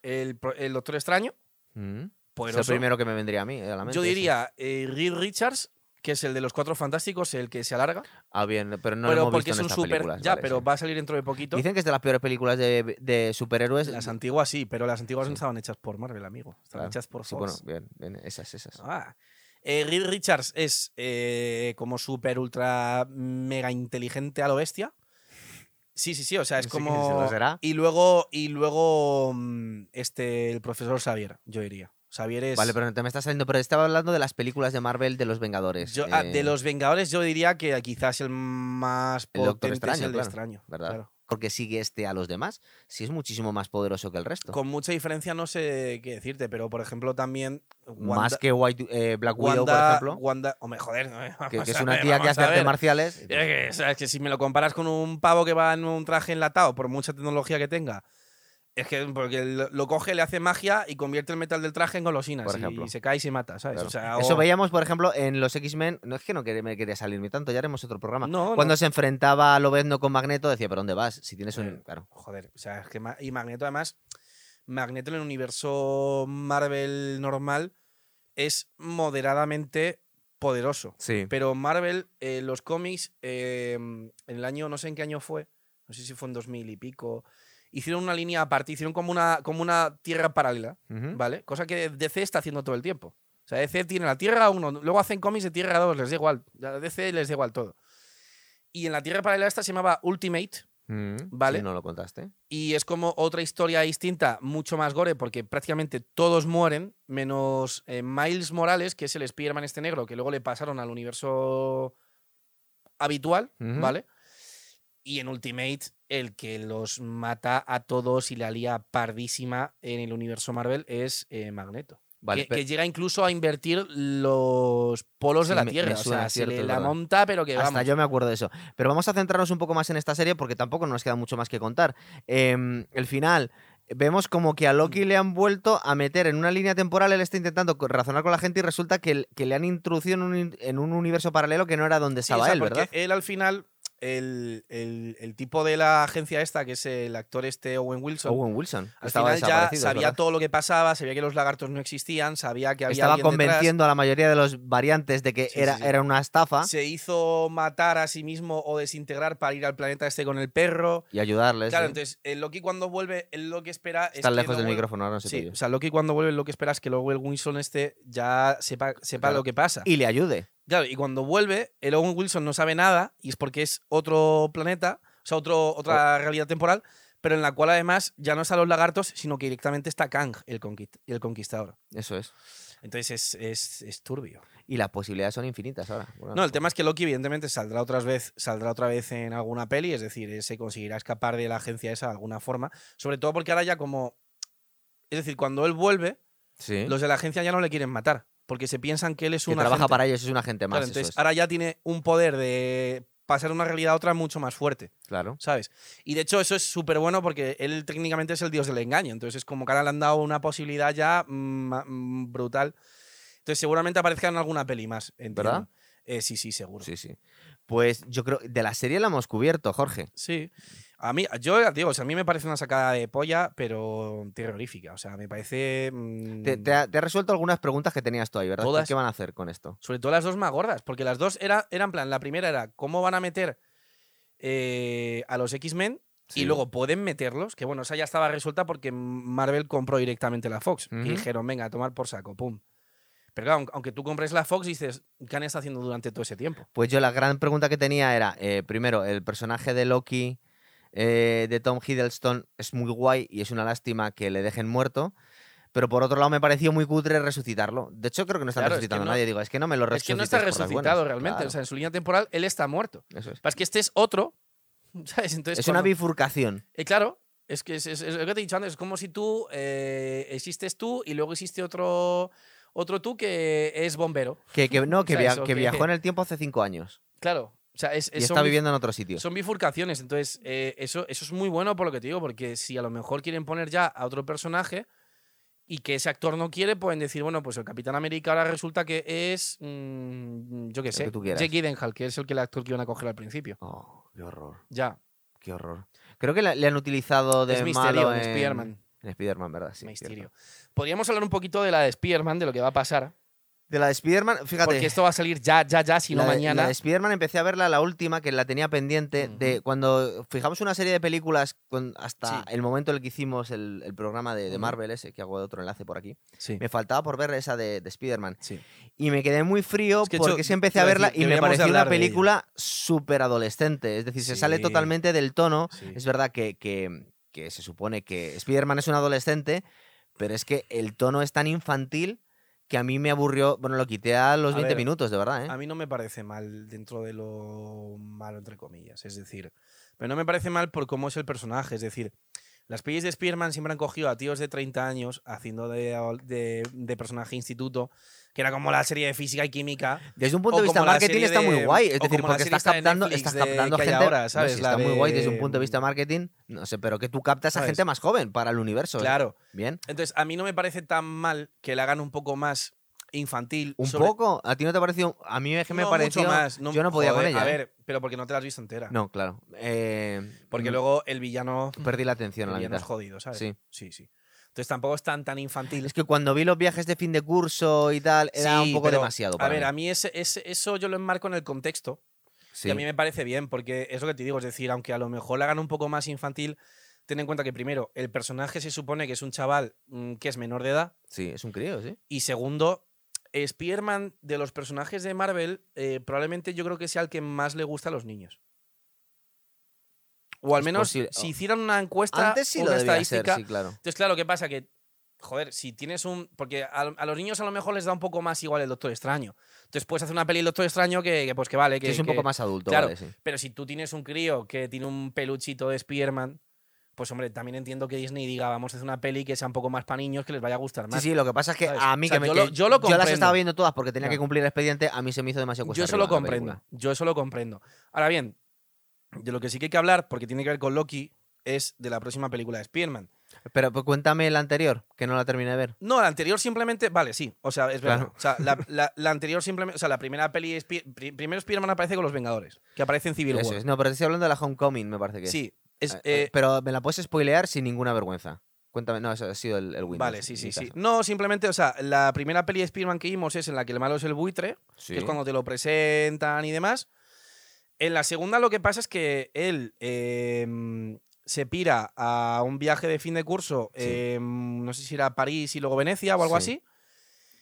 Speaker 2: El, pro- el Doctor Extraño,
Speaker 1: Ujú. Mm. Es el
Speaker 2: poderoso.
Speaker 1: primero que me vendría a mí, eh, a la mente.
Speaker 2: yo
Speaker 1: sí.
Speaker 2: diría eh, Reed Richards, que es el de los Cuatro Fantásticos, el que se alarga.
Speaker 1: Ah, bien, pero no lo
Speaker 2: pero
Speaker 1: hemos
Speaker 2: porque
Speaker 1: visto en
Speaker 2: es
Speaker 1: estas
Speaker 2: un super.
Speaker 1: películas,
Speaker 2: ya,
Speaker 1: vale,
Speaker 2: pero
Speaker 1: sí.
Speaker 2: va a salir dentro de poquito.
Speaker 1: Dicen que es de las peores películas de, de superhéroes.
Speaker 2: Las antiguas sí, pero las antiguas
Speaker 1: Sí.
Speaker 2: no estaban hechas por Marvel, amigo. Estaban
Speaker 1: Claro.
Speaker 2: hechas por Fox.
Speaker 1: Sí, bueno, bien, bien, esas, esas.
Speaker 2: Ah. Eh, Reed Richards es eh, como súper, ultra, mega inteligente a lo bestia. Sí, sí, sí, o sea, es
Speaker 1: No sé qué
Speaker 2: como...
Speaker 1: se será.
Speaker 2: Y luego, y luego mm, este, el profesor Xavier, yo diría. Xavier es...
Speaker 1: Vale, pero te me está saliendo. Pero estaba hablando de las películas de Marvel de los Vengadores.
Speaker 2: yo- ah, de
Speaker 1: eh,
Speaker 2: los Vengadores yo diría que quizás el más
Speaker 1: El Doctor
Speaker 2: potente es
Speaker 1: Extraño,
Speaker 2: el de
Speaker 1: claro,
Speaker 2: extraño.
Speaker 1: ¿verdad?
Speaker 2: claro.
Speaker 1: Porque sigue este a los demás. Si es muchísimo más poderoso que el resto.
Speaker 2: Con mucha diferencia no sé qué decirte, pero por ejemplo también...
Speaker 1: más
Speaker 2: Wanda-
Speaker 1: que White- eh, Black Widow, por
Speaker 2: Wanda-
Speaker 1: ejemplo.
Speaker 2: Wanda- hombre, joder, no, eh,
Speaker 1: que- Que,
Speaker 2: vamos
Speaker 1: es
Speaker 2: a
Speaker 1: una
Speaker 2: ver,
Speaker 1: tía que
Speaker 2: vamos
Speaker 1: hace
Speaker 2: a
Speaker 1: artes
Speaker 2: ver.
Speaker 1: marciales.
Speaker 2: Es que, o sea, es que si me lo comparas con un pavo que va en un traje enlatado, por mucha tecnología que tenga, es que porque lo, lo coge, le hace magia y convierte el metal del traje en golosinas.
Speaker 1: Por
Speaker 2: y-
Speaker 1: ejemplo.
Speaker 2: Y se cae y se mata, ¿sabes?
Speaker 1: Claro.
Speaker 2: O sea,
Speaker 1: Eso
Speaker 2: o-
Speaker 1: veíamos, por ejemplo, en los X-Men. No es que no quer- me quería salirme tanto, ya haremos otro programa.
Speaker 2: No, no.
Speaker 1: Cuando se enfrentaba a Lobezno con Magneto, decía, ¿pero dónde vas? Si tienes un.
Speaker 2: Eh,
Speaker 1: Claro.
Speaker 2: Joder, o sea, es que. Ma- Y Magneto, además, Magneto en el universo Marvel normal es moderadamente poderoso.
Speaker 1: Sí.
Speaker 2: Pero Marvel, eh, los cómics, eh, en el año, no sé en qué año fue, no sé si fue en 2000 y pico, hicieron una línea aparte, hicieron como una, como una tierra paralela, ¿vale? Cosa que DC está haciendo todo el tiempo. O sea, DC tiene la Tierra 1, luego hacen cómics de Tierra 2, les da igual. A DC les da igual todo. Y en la Tierra paralela esta se llamaba Ultimate, Vale.
Speaker 1: Vale. no lo contaste.
Speaker 2: y es como otra historia distinta, mucho más gore, porque prácticamente todos mueren, menos eh, Miles Morales, que es el Spider-Man este negro, que luego le pasaron al universo habitual,
Speaker 1: Ujú.
Speaker 2: ¿vale? Y en Ultimate, el que los mata a todos y la lía pardísima en el universo Marvel es eh, Magneto.
Speaker 1: Vale,
Speaker 2: que,
Speaker 1: pe-
Speaker 2: que llega incluso a invertir los polos
Speaker 1: Sí,
Speaker 2: de la
Speaker 1: me-
Speaker 2: Tierra.
Speaker 1: me suena,
Speaker 2: o sea,
Speaker 1: es
Speaker 2: se le
Speaker 1: cierto, es
Speaker 2: la
Speaker 1: verdad.
Speaker 2: monta, pero que
Speaker 1: Hasta
Speaker 2: vamos.
Speaker 1: yo me acuerdo de eso. Pero vamos a centrarnos un poco más en esta serie porque tampoco nos queda mucho más que contar. Em, el final, vemos como que a Loki
Speaker 2: Mm.
Speaker 1: le han vuelto a meter en una línea temporal, él está intentando co- razonar con la gente y resulta que, el- que le han introducido en un, in- en un universo paralelo que no era donde
Speaker 2: Sí, o
Speaker 1: estaba
Speaker 2: sea,
Speaker 1: él,
Speaker 2: porque
Speaker 1: ¿verdad?
Speaker 2: Él al final, el, el- el tipo de la agencia esta, que es el actor este Owen Wilson,
Speaker 1: Owen Wilson.
Speaker 2: al
Speaker 1: estaba
Speaker 2: final ya
Speaker 1: desaparecido, es
Speaker 2: sabía
Speaker 1: verdad.
Speaker 2: todo lo que pasaba, sabía que los lagartos no existían, sabía que había
Speaker 1: Estaba
Speaker 2: alguien detrás.
Speaker 1: convenciendo a la mayoría de los variantes de que
Speaker 2: Sí,
Speaker 1: era,
Speaker 2: sí, sí.
Speaker 1: era una estafa
Speaker 2: Se hizo matar a sí mismo o desintegrar para ir al planeta este con el perro.
Speaker 1: y ayudarles.
Speaker 2: Claro,
Speaker 1: ¿eh?
Speaker 2: entonces, el Loki cuando vuelve, él lo que espera es
Speaker 1: Están
Speaker 2: que
Speaker 1: lejos
Speaker 2: no
Speaker 1: del
Speaker 2: vuel-
Speaker 1: micrófono, ahora no se te
Speaker 2: Sí,
Speaker 1: oye.
Speaker 2: o sea, Loki cuando vuelve lo que espera es que luego el Wilson este ya sepa, sepa
Speaker 1: Claro.
Speaker 2: lo que pasa.
Speaker 1: Y le ayude.
Speaker 2: Claro, y cuando vuelve, el Owen Wilson no sabe nada, y es porque es otro planeta, o sea, otro, otra realidad temporal, pero en la cual además ya no están los lagartos, sino que directamente está Kang, el, conquist- el conquistador.
Speaker 1: Eso es.
Speaker 2: Entonces es, es- es turbio.
Speaker 1: Y las posibilidades son infinitas ahora. Bueno,
Speaker 2: No, el tema es que Loki, evidentemente, saldrá otra vez, saldrá otra vez en alguna peli, es decir, eh, se conseguirá escapar de la agencia esa de alguna forma. Sobre todo porque ahora ya como. Es decir, cuando él vuelve,
Speaker 1: sí.
Speaker 2: los de la agencia ya no le quieren matar. Porque se piensan que él es
Speaker 1: que
Speaker 2: un
Speaker 1: trabaja
Speaker 2: agente.
Speaker 1: para ellos es un agente más.
Speaker 2: Claro,
Speaker 1: eso
Speaker 2: entonces
Speaker 1: es.
Speaker 2: ahora ya tiene un poder de pasar de una realidad a otra mucho más fuerte,
Speaker 1: Claro.
Speaker 2: ¿sabes? Y de hecho eso es súper bueno porque él técnicamente es el dios del engaño, entonces es como que ahora le han dado una posibilidad ya mm, ma- mm, brutal. Entonces seguramente aparezca en alguna peli más, entiendo.
Speaker 1: ¿Verdad?
Speaker 2: Eh, sí, sí, seguro. Sí.
Speaker 1: Sí, sí. Pues yo creo, de la serie la hemos cubierto, Jorge.
Speaker 2: A mí, yo ya te digo, o sea, a mí me parece una sacada de polla, pero terrorífica. O sea, me parece... mm,
Speaker 1: Te, te ha, te ha resuelto algunas preguntas que tenías tú ahí, ¿verdad?
Speaker 2: Todas.
Speaker 1: ¿Qué van a hacer con esto?
Speaker 2: Sobre todo las dos más gordas, porque las dos era, eran plan, la primera era cómo van a meter eh, a los X-Men
Speaker 1: Sí.
Speaker 2: y luego pueden meterlos, que bueno, esa ya estaba resuelta porque Marvel compró directamente la Fox.
Speaker 1: Ujú.
Speaker 2: Y dijeron, venga, a tomar por saco, pum. Pero claro, aun- aunque tú compres la Fox, dices, ¿qué han estado haciendo durante todo ese tiempo?
Speaker 1: Pues yo la gran pregunta que tenía era, eh, primero, el personaje de Loki eh, de Tom Hiddleston es muy guay y es una lástima que le dejen muerto. Pero por otro lado me pareció muy cutre resucitarlo. De hecho, creo que no están
Speaker 2: Claro, es que
Speaker 1: resucitando a
Speaker 2: no-
Speaker 1: nadie. Digo, es que no me lo
Speaker 2: Es que
Speaker 1: resucitan.
Speaker 2: no está resucitado realmente. O sea, en su línea temporal él está muerto. Pero es que este es otro, ¿sabes? Entonces,
Speaker 1: Es una
Speaker 2: cuando-
Speaker 1: bifurcación.
Speaker 2: Eh, claro, es que es, es- es lo que te he dicho antes, es como si tú eh, existes tú y luego existe otro, otro tú que es bombero.
Speaker 1: Que, que- no, que,
Speaker 2: ¿Sabes?
Speaker 1: via-
Speaker 2: O
Speaker 1: que
Speaker 2: que-
Speaker 1: viajó en el tiempo hace cinco años.
Speaker 2: Claro. O sea, es,
Speaker 1: Y
Speaker 2: es-
Speaker 1: está
Speaker 2: son, bif-
Speaker 1: viviendo en otro sitio.
Speaker 2: son bifurcaciones. Entonces, eh, eso, eso es muy bueno por lo que te digo, porque si a lo mejor quieren poner ya a otro personaje y que ese actor no quiere, pueden decir, bueno, pues el Capitán América ahora resulta que es, mm, yo qué sé,
Speaker 1: que tú quieras.
Speaker 2: Jake Gyllenhaal, que es el que el actor que iban a coger al principio.
Speaker 1: Oh, qué horror.
Speaker 2: Ya,
Speaker 1: Qué horror. Creo que la- le han utilizado de
Speaker 2: es
Speaker 1: malo
Speaker 2: misterio,
Speaker 1: en
Speaker 2: es Spider-Man.
Speaker 1: En Spider-Man, ¿verdad? Sí,
Speaker 2: misterio.
Speaker 1: cierto.
Speaker 2: Podríamos hablar un poquito de la de Spider-Man, de lo que va a pasar.
Speaker 1: De la de Spider-Man, fíjate.
Speaker 2: Porque esto va a salir ya, ya, ya, si no
Speaker 1: la de-
Speaker 2: mañana.
Speaker 1: la de Spider-Man empecé a verla, la última, que la tenía pendiente, de
Speaker 2: Ujú.
Speaker 1: cuando fijamos una serie de películas con- hasta
Speaker 2: Sí.
Speaker 1: el momento en el que hicimos el, el programa de, de
Speaker 2: Ujú.
Speaker 1: Marvel, ese, que hago otro enlace por aquí.
Speaker 2: sí.
Speaker 1: Me faltaba por ver esa de, de Spider-Man.
Speaker 2: sí.
Speaker 1: Y me quedé muy frío
Speaker 2: Es que,
Speaker 1: porque
Speaker 2: cho,
Speaker 1: sí empecé
Speaker 2: te
Speaker 1: a
Speaker 2: iba a
Speaker 1: verla
Speaker 2: decir,
Speaker 1: y me
Speaker 2: deberíamos de
Speaker 1: pareció una
Speaker 2: hablar de ella.
Speaker 1: película súper adolescente. Es decir, se sale
Speaker 2: Sí.
Speaker 1: totalmente del tono.
Speaker 2: Sí.
Speaker 1: Es verdad que, que- que se supone que Spider-Man es un adolescente, pero es que el tono es tan infantil que a mí me aburrió. Bueno, lo quité a los
Speaker 2: A
Speaker 1: 20
Speaker 2: ver,
Speaker 1: minutos, de verdad, ¿eh?
Speaker 2: A mí no me parece mal dentro de lo malo, entre comillas. Es decir, pero no me parece mal por cómo es el personaje. Es decir, las pelis de Spider-Man siempre han cogido a tíos de 30 años haciendo de, de- de personaje instituto, que era como la serie de física y química.
Speaker 1: Desde un punto
Speaker 2: o
Speaker 1: de vista
Speaker 2: como la
Speaker 1: marketing
Speaker 2: serie
Speaker 1: está muy
Speaker 2: de-
Speaker 1: guay. Es
Speaker 2: o
Speaker 1: decir,
Speaker 2: como la
Speaker 1: porque
Speaker 2: serie
Speaker 1: estás
Speaker 2: esta de
Speaker 1: captando,
Speaker 2: Netflix
Speaker 1: estás
Speaker 2: de-
Speaker 1: captando
Speaker 2: que hay
Speaker 1: gente.
Speaker 2: ahora,
Speaker 1: no,
Speaker 2: ¿sabes?
Speaker 1: sí,
Speaker 2: La
Speaker 1: está muy guay desde un
Speaker 2: de-
Speaker 1: punto de vista marketing. No sé, pero que tú captas a
Speaker 2: ¿Sabes?
Speaker 1: gente más joven para el universo. ¿eh?
Speaker 2: Claro.
Speaker 1: Bien.
Speaker 2: Entonces, a mí no me parece tan mal que la hagan un poco más infantil.
Speaker 1: Un
Speaker 2: sobre-
Speaker 1: poco. ¿A ti no te pareció? A mí es que me
Speaker 2: No, mucho
Speaker 1: pareció.
Speaker 2: más.
Speaker 1: yo no podía con
Speaker 2: joder,
Speaker 1: ella,
Speaker 2: A
Speaker 1: ¿eh?
Speaker 2: ver, pero porque no te la has visto entera.
Speaker 1: No, claro. Eh,
Speaker 2: Porque
Speaker 1: mm,
Speaker 2: luego el villano,
Speaker 1: Perdí la atención
Speaker 2: el
Speaker 1: a la
Speaker 2: villano
Speaker 1: mitad.
Speaker 2: es jodido, ¿sabes?
Speaker 1: Sí.
Speaker 2: sí, sí. Entonces tampoco es tan, tan infantil.
Speaker 1: Es que cuando vi los viajes de fin de curso y tal, era
Speaker 2: Sí,
Speaker 1: un poco
Speaker 2: pero,
Speaker 1: demasiado.
Speaker 2: A
Speaker 1: para
Speaker 2: ver,
Speaker 1: mí.
Speaker 2: a mí ese- ese- eso yo lo enmarco en el contexto.
Speaker 1: Sí.
Speaker 2: Y a mí me parece bien, porque es lo que te digo. Es decir, aunque a lo mejor la hagan un poco más infantil, ten en cuenta que primero, el personaje se supone que es un chaval mm, que es menor de edad.
Speaker 1: sí, es un crío, sí.
Speaker 2: Y segundo, Spider-Man de los personajes de Marvel, eh, probablemente yo creo que sea el que más le gusta a los niños. O al
Speaker 1: Es
Speaker 2: menos
Speaker 1: posible.
Speaker 2: si hicieran una encuesta,
Speaker 1: Antes sí
Speaker 2: una
Speaker 1: lo debía ser,
Speaker 2: estadística.
Speaker 1: sí, claro.
Speaker 2: Entonces, claro, ¿qué pasa? Que, joder, si tienes un. Porque a, a los niños a lo mejor les da un poco más igual el Doctor Extraño. Entonces puedes hacer una peli del Doctor Extraño que, que, pues que vale.
Speaker 1: Sí,
Speaker 2: Que,
Speaker 1: es un
Speaker 2: que-
Speaker 1: poco más adulto,
Speaker 2: claro.
Speaker 1: vale, sí.
Speaker 2: Pero si tú tienes un crío que tiene un peluchito de Spider-Man, pues hombre, también entiendo que Disney diga, vamos a hacer una peli que sea un poco más para niños, que les vaya a gustar
Speaker 1: Sí,
Speaker 2: más.
Speaker 1: sí, lo que pasa es que
Speaker 2: ¿sabes?
Speaker 1: a mí
Speaker 2: O sea,
Speaker 1: que me.
Speaker 2: yo
Speaker 1: que-
Speaker 2: lo- yo lo
Speaker 1: las
Speaker 2: comprendo.
Speaker 1: estaba viendo todas porque tenía
Speaker 2: Ya.
Speaker 1: que cumplir el expediente, a mí se me hizo demasiado cuesta
Speaker 2: yo eso lo
Speaker 1: arriba la
Speaker 2: comprendo,
Speaker 1: película.
Speaker 2: yo eso lo comprendo. Ahora bien, de lo que sí que hay que hablar, porque tiene que ver con Loki, es de la próxima película de Spider-Man.
Speaker 1: Pero pues, cuéntame la anterior, que no la terminé de ver.
Speaker 2: No, la anterior simplemente. Vale, sí. O sea, es verdad.
Speaker 1: Claro.
Speaker 2: O sea, la, la- la anterior simplemente. O sea, la primera peli. de Spi- pri- primero Spider-Man aparece con los Vengadores, que aparece en Civil
Speaker 1: Eso
Speaker 2: War.
Speaker 1: es. No, pero te estoy hablando de la Homecoming, me parece que es.
Speaker 2: Sí. Es,
Speaker 1: Ah, ah,
Speaker 2: eh,
Speaker 1: pero me la puedes spoilear sin ninguna vergüenza. Cuéntame, no, eso ha sido el, el Windows.
Speaker 2: vale, sí,
Speaker 1: en
Speaker 2: sí,
Speaker 1: mi
Speaker 2: sí.
Speaker 1: caso.
Speaker 2: No, simplemente, o sea, la primera peli de Spider-Man que vimos es en la que el malo es el buitre,
Speaker 1: Sí.
Speaker 2: que es cuando te lo presentan y demás. En la segunda lo que pasa es que él eh, se pira a un viaje de fin de curso,
Speaker 1: Sí.
Speaker 2: eh, no sé si era a París y luego Venecia o algo
Speaker 1: Sí.
Speaker 2: así.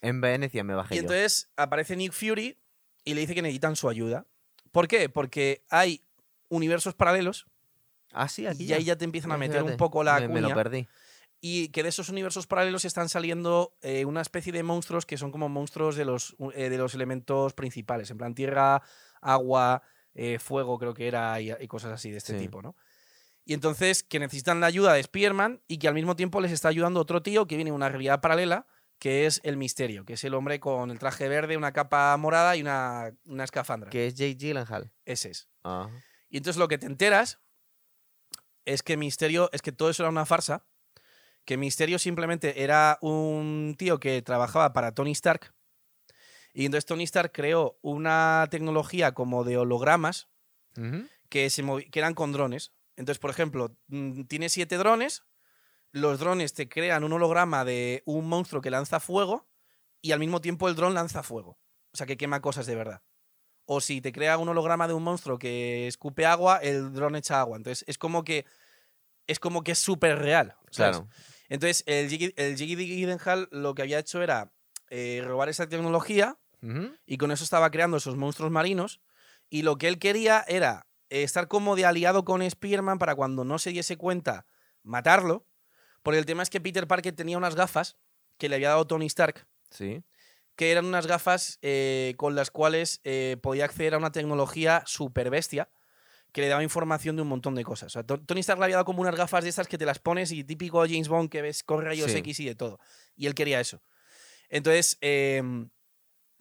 Speaker 1: En Venecia me bajé
Speaker 2: Y
Speaker 1: yo.
Speaker 2: entonces aparece Nick Fury y le dice que necesitan su ayuda. ¿Por qué? Porque hay universos paralelos
Speaker 1: Ah, sí, aquí
Speaker 2: y
Speaker 1: ya.
Speaker 2: ahí ya te empiezan a
Speaker 1: Ah,
Speaker 2: meter un
Speaker 1: fíjate,
Speaker 2: poco la
Speaker 1: me, me lo
Speaker 2: cuña
Speaker 1: perdí.
Speaker 2: y que de esos universos paralelos están saliendo eh, una especie de monstruos que son como monstruos de los, eh, de los elementos principales, en plan tierra, agua, eh, fuego creo que era y, y cosas así de este
Speaker 1: Sí.
Speaker 2: tipo, ¿no? Y entonces que necesitan la ayuda de Spearman y que al mismo tiempo les está ayudando otro tío que viene de una realidad paralela, que es el misterio, que es el hombre con el traje verde, una capa morada y una, una escafandra.
Speaker 1: Que es Jake Gyllenhaal.
Speaker 2: Ese es.
Speaker 1: Ah.
Speaker 2: Y entonces lo que te enteras es que Misterio, es que todo eso era una farsa, que Misterio simplemente era un tío que trabajaba para Tony Stark. Y entonces Tony Stark creó una tecnología como de hologramas
Speaker 1: Ujú.
Speaker 2: que, se movi- que eran con drones. Entonces, por ejemplo, mm, tienes siete drones, los drones te crean un holograma de un monstruo que lanza fuego y al mismo tiempo el dron lanza fuego. O sea, que quema cosas de verdad. O si te crea un holograma de un monstruo que escupe agua, el dron echa agua. Entonces, es como que es como que es súper real. ¿sabes?
Speaker 1: Claro.
Speaker 2: Entonces, el Jiggy, el Jiggy Gyllenhaal lo que había hecho era eh, robar esa tecnología
Speaker 1: Ujú.
Speaker 2: y con eso estaba creando esos monstruos marinos. Y lo que él quería era eh, estar como de aliado con Spider-Man para cuando no se diese cuenta matarlo. Porque el tema es que Peter Parker tenía unas gafas que le había dado Tony Stark,
Speaker 1: Sí.
Speaker 2: que eran unas gafas eh, con las cuales eh, podía acceder a una tecnología super bestia que le daba información de un montón de cosas. O sea, To- Tony Stark le había dado como unas gafas de esas que te las pones y típico James Bond que ves con rayos
Speaker 1: Sí.
Speaker 2: X y de todo. Y él quería eso. Entonces, eh,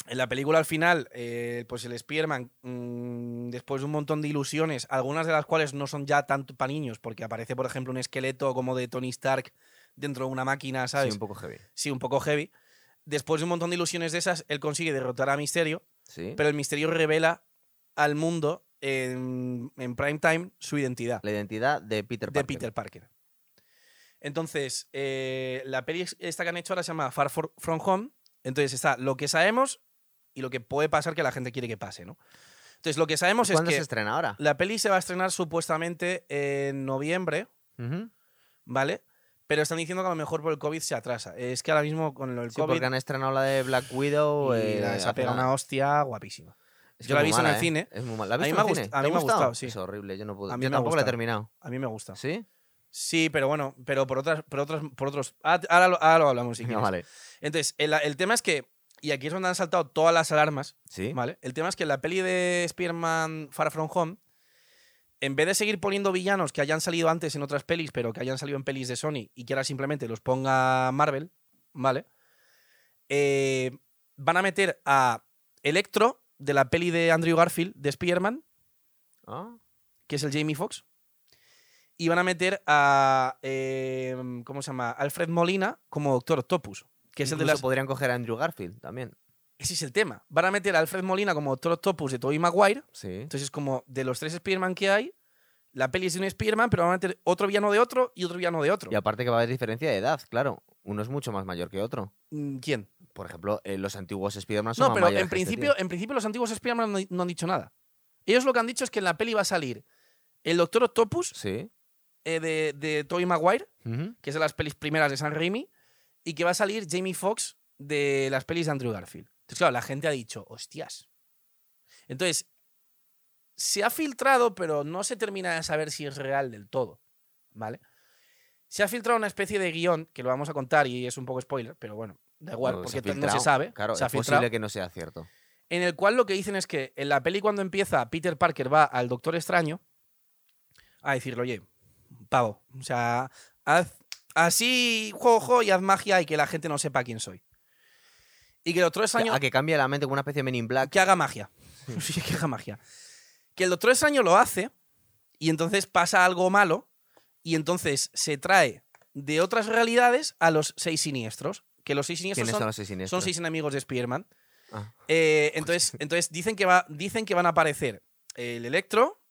Speaker 2: en la película al final, eh, pues el Spearman, mm, después de un montón de ilusiones, algunas de las cuales no son ya tanto para niños, porque aparece, por ejemplo, un esqueleto como de Tony Stark dentro de una máquina,
Speaker 1: Sí,
Speaker 2: ¿sabes?
Speaker 1: un poco heavy.
Speaker 2: sí, un poco heavy. Después de un montón de ilusiones de esas, él consigue derrotar a Misterio,
Speaker 1: Sí.
Speaker 2: pero el Misterio revela al mundo en, en prime time su identidad
Speaker 1: La identidad de Peter
Speaker 2: de
Speaker 1: Parker.
Speaker 2: Peter Parker. Entonces, eh, la peli esta que han hecho ahora se llama Far For- From Home. Entonces está lo que sabemos y lo que puede pasar que la gente quiere que pase, ¿no? Entonces lo que sabemos Pues es
Speaker 1: ¿Cuándo se
Speaker 2: que
Speaker 1: estrena ahora?
Speaker 2: la peli se va a estrenar supuestamente en noviembre,
Speaker 1: Ujú.
Speaker 2: ¿vale? Pero están diciendo que a lo mejor por el COVID se atrasa. Es que ahora mismo con el
Speaker 1: Sí,
Speaker 2: COVID
Speaker 1: porque han estrenado la de Black Widow.
Speaker 2: y
Speaker 1: eh,
Speaker 2: la- se ha
Speaker 1: hace
Speaker 2: pegado
Speaker 1: nada.
Speaker 2: una hostia guapísima.
Speaker 1: Es
Speaker 2: yo
Speaker 1: que
Speaker 2: la
Speaker 1: es
Speaker 2: he
Speaker 1: muy
Speaker 2: visto en el
Speaker 1: mala, ¿eh?
Speaker 2: cine.
Speaker 1: Es muy mala. ¿La
Speaker 2: A mí
Speaker 1: has visto
Speaker 2: me
Speaker 1: en el
Speaker 2: ha gust-
Speaker 1: cine?
Speaker 2: a
Speaker 1: ¿Te
Speaker 2: mí me ha gustado, sí.
Speaker 1: Es horrible, yo no puedo.
Speaker 2: A mí
Speaker 1: yo
Speaker 2: me ha
Speaker 1: tampoco la he
Speaker 2: gustado.
Speaker 1: terminado.
Speaker 2: A mí me gusta. Sí,
Speaker 1: ¿Sí? Ah,
Speaker 2: pero bueno, pero por otras, por otras, por otros. ah, Ahora lo, ahora lo hablamos si
Speaker 1: No,
Speaker 2: quieres.
Speaker 1: vale.
Speaker 2: Entonces, el, el tema es que, y aquí es donde han saltado todas las alarmas,
Speaker 1: ¿Sí?
Speaker 2: ¿vale? El tema es que en la peli de Spider-Man Far From Home, en vez de seguir poniendo villanos que hayan salido antes en otras pelis, pero que hayan salido en pelis de Sony y que ahora simplemente los ponga Marvel, ¿vale? Eh, van a meter a Electro de la peli de Andrew Garfield de Spider-Man,
Speaker 1: Ah,
Speaker 2: que es el Jamie Foxx, y van a meter a, eh, ¿cómo se llama? Alfred Molina como Doctor Octopus, que es el de
Speaker 1: incluso
Speaker 2: las
Speaker 1: podrían coger a Andrew Garfield también.
Speaker 2: Ese es el tema. Van a meter a Alfred Molina como Doctor Octopus de Tobey Maguire.
Speaker 1: Sí.
Speaker 2: Entonces, como de los tres Spider-Man que hay, la peli es de un Spider-Man, pero van a meter otro villano de otro y otro villano de otro.
Speaker 1: Y aparte que va a haber diferencia de edad, claro. Uno es mucho más mayor que otro.
Speaker 2: Mm, ¿Quién?
Speaker 1: Por ejemplo, eh, los antiguos Spider-Man son
Speaker 2: No,
Speaker 1: más
Speaker 2: pero
Speaker 1: mayores
Speaker 2: en
Speaker 1: que este
Speaker 2: principio, en principio los antiguos Spider-Man no, no han dicho nada. Ellos lo que han dicho es que en la peli va a salir el Doctor
Speaker 1: tío.
Speaker 2: Octopus
Speaker 1: Sí.
Speaker 2: eh, de, de Tobey Maguire,
Speaker 1: Ujú.
Speaker 2: que es de las pelis primeras de San Raimi, y que va a salir Jamie Foxx de las pelis de Andrew Garfield. Entonces, claro, la gente ha dicho, hostias. Entonces, se ha filtrado, pero no se termina de saber si es real del todo, ¿vale? Se ha filtrado una especie de guión, que lo vamos a contar y es un poco spoiler, pero bueno, da igual,
Speaker 1: No, se ha
Speaker 2: porque to- no se
Speaker 1: filtrado.
Speaker 2: sabe.
Speaker 1: Claro,
Speaker 2: se ha
Speaker 1: es posible
Speaker 2: filtrado.
Speaker 1: que no sea cierto.
Speaker 2: En el cual lo que dicen es que en la peli cuando empieza, Peter Parker va al Doctor Extraño a decirle, oye, pavo. O sea, haz así, juego, juego y haz magia y que la gente no sepa quién soy. Y que los tres
Speaker 1: Que-
Speaker 2: años.
Speaker 1: A que cambie la mente como una especie de Men in Black.
Speaker 2: Que haga magia. Sí, que haga magia. Que el Doctor Extraño lo hace y entonces pasa algo malo y entonces se trae de otras realidades a los seis siniestros. Que los seis siniestros
Speaker 1: ¿Quiénes
Speaker 2: son,
Speaker 1: son los seis
Speaker 2: son
Speaker 1: siniestros?
Speaker 2: seis enemigos de Spider-Man.
Speaker 1: Ah.
Speaker 2: Eh, entonces entonces dicen, que va, dicen que van a aparecer el Electro,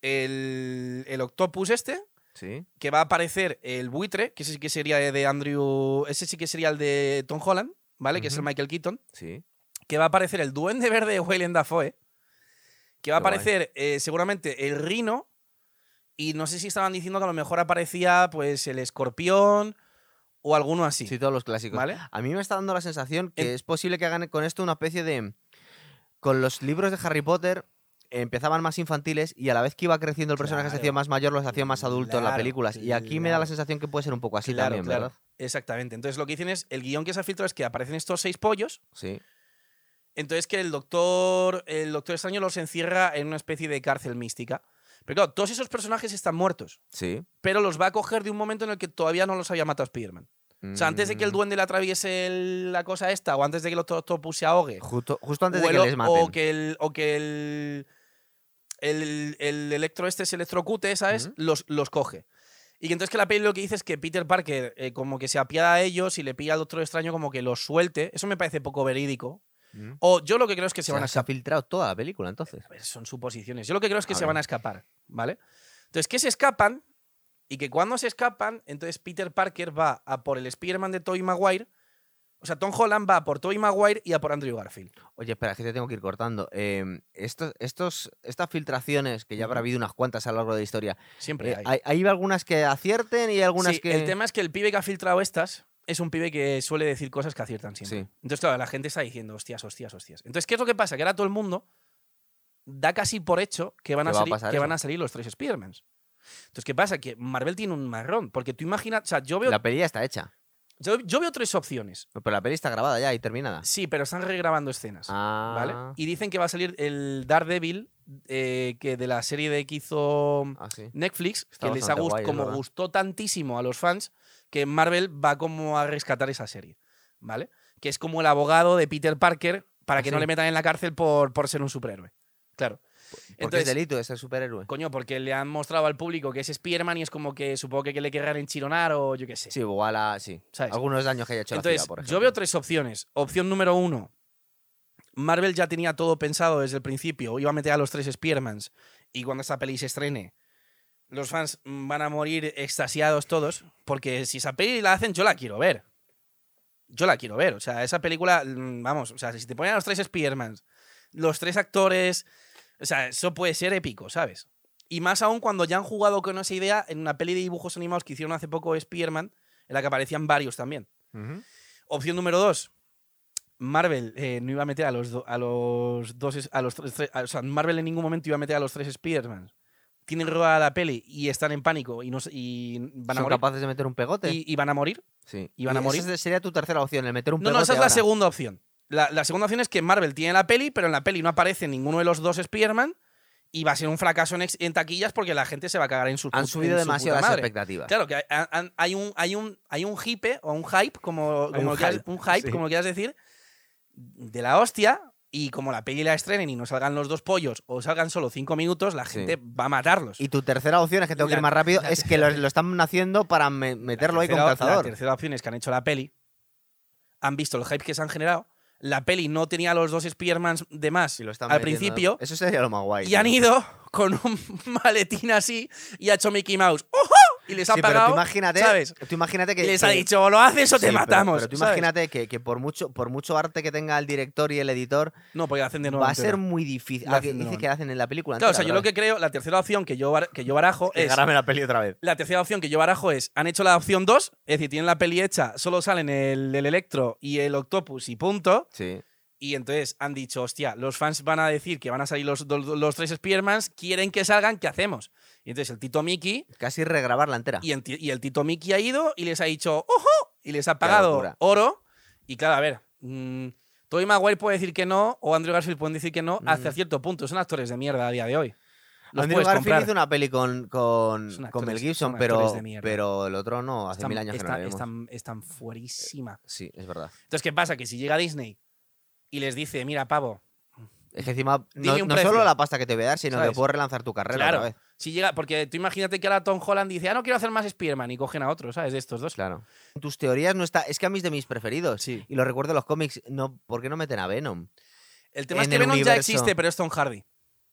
Speaker 2: el, el Octopus este,
Speaker 1: Sí.
Speaker 2: que va a aparecer el buitre, que ese sí que sería de Andrew... Ese sí que sería el de Tom Holland, ¿vale? Que es el
Speaker 1: Ujú.
Speaker 2: Michael Keaton
Speaker 1: Sí.
Speaker 2: que va a aparecer el Duende Verde de Willem Dafoe, que va
Speaker 1: Qué guay.
Speaker 2: a aparecer eh, seguramente el Rino, y no sé si estaban diciendo que a lo mejor aparecía pues el Escorpión o alguno así,
Speaker 1: sí. todos los clásicos.
Speaker 2: ¿vale?
Speaker 1: A mí me está dando la sensación que
Speaker 2: En-
Speaker 1: es posible que hagan con esto una especie de. Con los libros de Harry Potter empezaban más infantiles y a la vez que iba creciendo el personaje se hacía
Speaker 2: Claro.
Speaker 1: más mayor, los hacía más adultos en las
Speaker 2: Claro,
Speaker 1: películas. Y aquí me da
Speaker 2: claro.
Speaker 1: la sensación que puede ser un poco así
Speaker 2: Claro,
Speaker 1: también,
Speaker 2: claro.
Speaker 1: ¿verdad?
Speaker 2: Exactamente. Entonces lo que dicen es, el guión que se ha filtrado es que aparecen estos seis pollos,
Speaker 1: Sí.
Speaker 2: entonces que el doctor, el doctor extraño los encierra en una especie de cárcel mística. Pero claro, todos esos personajes están muertos,
Speaker 1: Sí.
Speaker 2: pero los va a coger de un momento en el que todavía no los había matado Spider-Man. O sea, antes de que el
Speaker 1: Mm.
Speaker 2: duende le atraviese el- la cosa esta, o antes de que el octopus se ahogue,
Speaker 1: Justo, justo antes de
Speaker 2: o,
Speaker 1: que
Speaker 2: el, o-
Speaker 1: les maten.
Speaker 2: o que el. O que el, el, el electro este se electrocute, ¿sabes?
Speaker 1: Ujú.
Speaker 2: los, los coge. Y que entonces que la peli lo que dice es que Peter Parker eh, como que se apiada a ellos y le pilla al Doctor Extraño como que los suelte. Eso me parece poco verídico.
Speaker 1: Mm.
Speaker 2: O yo lo que creo es que se
Speaker 1: O sea,
Speaker 2: van a
Speaker 1: se ha
Speaker 2: escapar.
Speaker 1: filtrado toda la película entonces.
Speaker 2: A ver, son suposiciones. Yo lo que creo es que
Speaker 1: A
Speaker 2: se
Speaker 1: ver.
Speaker 2: van a escapar, ¿vale? Entonces, que se escapan y que cuando se escapan, entonces Peter Parker va a por el Spider-Man de Tobey Maguire. O sea, Tom Holland va a por Tobey Maguire y a por Andrew Garfield.
Speaker 1: Oye, espera, que te tengo que ir cortando. Eh, estos, estos, estas filtraciones, que ya habrá
Speaker 2: Ujú.
Speaker 1: habido unas cuantas a lo largo de la historia,
Speaker 2: Siempre
Speaker 1: eh,
Speaker 2: hay.
Speaker 1: hay, hay algunas que acierten y hay algunas
Speaker 2: Sí,
Speaker 1: que...
Speaker 2: El tema es que el pibe que ha filtrado estas es un pibe que suele decir cosas que aciertan siempre.
Speaker 1: Sí.
Speaker 2: Entonces, claro, la gente está diciendo, hostias, hostias, hostias. Entonces, ¿qué es lo que pasa? Que ahora todo el mundo da casi por hecho que van,
Speaker 1: Que
Speaker 2: a,
Speaker 1: va a
Speaker 2: salir,
Speaker 1: pasar
Speaker 2: que
Speaker 1: eso.
Speaker 2: van a salir los tres Spider-Mans. Entonces, ¿qué pasa? Que Marvel tiene un marrón. Porque tú imaginas, o sea, yo veo
Speaker 1: La peli ya está hecha.
Speaker 2: Yo, yo veo tres opciones.
Speaker 1: Pero la peli está grabada ya y terminada.
Speaker 2: Sí, pero están regrabando escenas.
Speaker 1: Ah,
Speaker 2: ¿Vale? Y dicen que va a salir el Daredevil eh, que de la serie de que hizo
Speaker 1: ah, sí.
Speaker 2: Netflix,
Speaker 1: Está
Speaker 2: que les ha
Speaker 1: bastante
Speaker 2: gust-
Speaker 1: guay, es
Speaker 2: como
Speaker 1: verdad.
Speaker 2: gustó tantísimo a los fans, que Marvel va como a rescatar esa serie. ¿Vale? Que es como el abogado de Peter Parker para
Speaker 1: Ah,
Speaker 2: que no
Speaker 1: sí.
Speaker 2: le metan en la cárcel por, por ser un superhéroe. Claro.
Speaker 1: Porque es delito de ser superhéroe.
Speaker 2: coño, porque le han mostrado al público que es Spider-Man y es como que supongo que, que le querrán enchironar o yo qué sé.
Speaker 1: Sí, igual a... Sí.
Speaker 2: ¿Sabes?
Speaker 1: Algunos daños que haya hecho la
Speaker 2: Entonces,
Speaker 1: ciudad, por ejemplo.
Speaker 2: yo veo tres opciones. Opción número uno. Marvel ya tenía todo pensado desde el principio. Iba a meter a los tres Spearmans. Y cuando esta peli se estrene, los fans mm, van a morir extasiados todos. Porque si esa peli la hacen, yo la quiero ver. Yo la quiero ver. O sea, esa película, mm, vamos, o sea, si te ponen a los tres Spearmans, los tres actores. O sea, eso puede ser épico, ¿sabes? Y más aún cuando ya han jugado con esa idea en una peli de dibujos animados que hicieron hace poco Spearman, en la que aparecían varios también.
Speaker 1: Ujú.
Speaker 2: Opción número dos. Marvel eh, no iba a meter a los, do- a los dos. es- A los tres, tres- a- o sea, Marvel en ningún momento iba a meter a los tres Spider-Man. Tienen rodada la peli y están en pánico y, no, se- y van a
Speaker 1: ¿Son
Speaker 2: morir.
Speaker 1: capaces de meter un pegote?
Speaker 2: Y, y van a morir.
Speaker 1: sí.
Speaker 2: y van a
Speaker 1: esa
Speaker 2: morir.
Speaker 1: se- sería tu tercera opción, el meter un
Speaker 2: No,
Speaker 1: pegote
Speaker 2: no, esa es la
Speaker 1: ahora.
Speaker 2: segunda opción. La, la segunda opción es que Marvel tiene la peli, pero en la peli no aparece ninguno de los dos Spider-Man y va a ser un fracaso en, ex- en taquillas porque la gente se va a cagar en sus
Speaker 1: Han
Speaker 2: put-
Speaker 1: subido
Speaker 2: en su
Speaker 1: demasiado
Speaker 2: puta
Speaker 1: las
Speaker 2: madre.
Speaker 1: expectativas.
Speaker 2: Claro, que hay, han- hay un, hay, un, hay un hipe o un hype, como,
Speaker 1: Hay
Speaker 2: como
Speaker 1: un
Speaker 2: quieras,
Speaker 1: hype,
Speaker 2: un hype,
Speaker 1: sí.
Speaker 2: como quieras decir, de la hostia. Y como la peli la estrenen y no salgan los dos pollos o salgan solo cinco minutos, la
Speaker 1: Sí.
Speaker 2: gente va a matarlos.
Speaker 1: Y tu tercera opción, es que tengo que
Speaker 2: La-
Speaker 1: ir más rápido,
Speaker 2: la
Speaker 1: es que lo, lo están haciendo para me- meterlo ahí con
Speaker 2: Tercera- La
Speaker 1: calzador.
Speaker 2: tercera opción es que han hecho la peli, han visto el hype que se han generado, la peli no tenía a los dos Spearmans de más
Speaker 1: Si lo están
Speaker 2: al
Speaker 1: metiendo-
Speaker 2: principio
Speaker 1: Eso sería lo más guay.
Speaker 2: y han
Speaker 1: tío.
Speaker 2: ido con un maletín así y ha hecho Mickey Mouse ¡Ojo! y les ha
Speaker 1: Sí, pero tú
Speaker 2: pagado
Speaker 1: imagínate,
Speaker 2: ¿sabes?
Speaker 1: tú imagínate que...
Speaker 2: y les ha
Speaker 1: que-
Speaker 2: dicho o lo haces o
Speaker 1: sí,
Speaker 2: te
Speaker 1: pero-
Speaker 2: matamos.
Speaker 1: Pero, tú
Speaker 2: ¿sabes?
Speaker 1: imagínate que, que por, mucho, por mucho arte que tenga el director y el editor,
Speaker 2: No, porque la hacen de nuevo.
Speaker 1: va a
Speaker 2: entera.
Speaker 1: ser muy difícil.
Speaker 2: La
Speaker 1: Ah, que
Speaker 2: hacen
Speaker 1: dice
Speaker 2: de nuevo.
Speaker 1: que hacen en la película.
Speaker 2: Claro, o sea,
Speaker 1: entera,
Speaker 2: yo lo
Speaker 1: otra
Speaker 2: que creo, la tercera opción que yo, bar- que yo barajo
Speaker 1: vez. Que
Speaker 2: es.
Speaker 1: gárame la peli otra vez.
Speaker 2: La tercera opción que yo barajo es: han hecho la opción 2, es decir, tienen la peli hecha, solo salen el, el Electro y el Octopus y punto.
Speaker 1: Sí.
Speaker 2: Y entonces han dicho: hostia, los fans van a decir que van a salir los, do- los tres Spearmans, quieren que salgan, ¿qué hacemos? Y entonces el Tito Mickey,
Speaker 1: Casi regrabarla entera.
Speaker 2: y, en ti- y el Tito Mickey ha ido y les ha dicho: ¡ojo! Y les ha pagado
Speaker 1: locura.
Speaker 2: oro. Y claro, a ver. mm, Tobey Maguire puede decir que no, o Andrew Garfield puede decir que no, hasta
Speaker 1: Mm.
Speaker 2: cierto punto. Son actores de mierda a día de hoy. Los
Speaker 1: Andrew
Speaker 2: puedes
Speaker 1: Garfield
Speaker 2: comprar.
Speaker 1: hizo una peli con, con,
Speaker 2: Son
Speaker 1: con Mel
Speaker 2: actores-
Speaker 1: Gibson,
Speaker 2: son
Speaker 1: pero,
Speaker 2: actores de mierda.
Speaker 1: pero el otro no, hace
Speaker 2: Están-
Speaker 1: mil años que no
Speaker 2: están-
Speaker 1: la vemos.
Speaker 2: están- están fuerísima.
Speaker 1: Sí, es verdad.
Speaker 2: Entonces, ¿qué pasa? Que si llega Disney y les dice, mira, pavo,
Speaker 1: Es que encima, no,
Speaker 2: Dile un
Speaker 1: no
Speaker 2: precio.
Speaker 1: solo la pasta que te voy a dar, sino
Speaker 2: ¿Sabes?
Speaker 1: que puedo relanzar tu carrera
Speaker 2: Claro.
Speaker 1: otra vez.
Speaker 2: si llega, porque tú imagínate que ahora Tom Holland dice, ah, no quiero hacer más Spider-Man y cogen a otro, ¿sabes? De estos dos.
Speaker 1: Claro. En Tus teorías no está. Es que a mí es de mis preferidos.
Speaker 2: Sí.
Speaker 1: Y lo recuerdo en los cómics. No, ¿Por qué no meten a Venom?
Speaker 2: El tema es
Speaker 1: En
Speaker 2: que
Speaker 1: el
Speaker 2: Venom ya
Speaker 1: universo.
Speaker 2: existe, pero es Tom Hardy.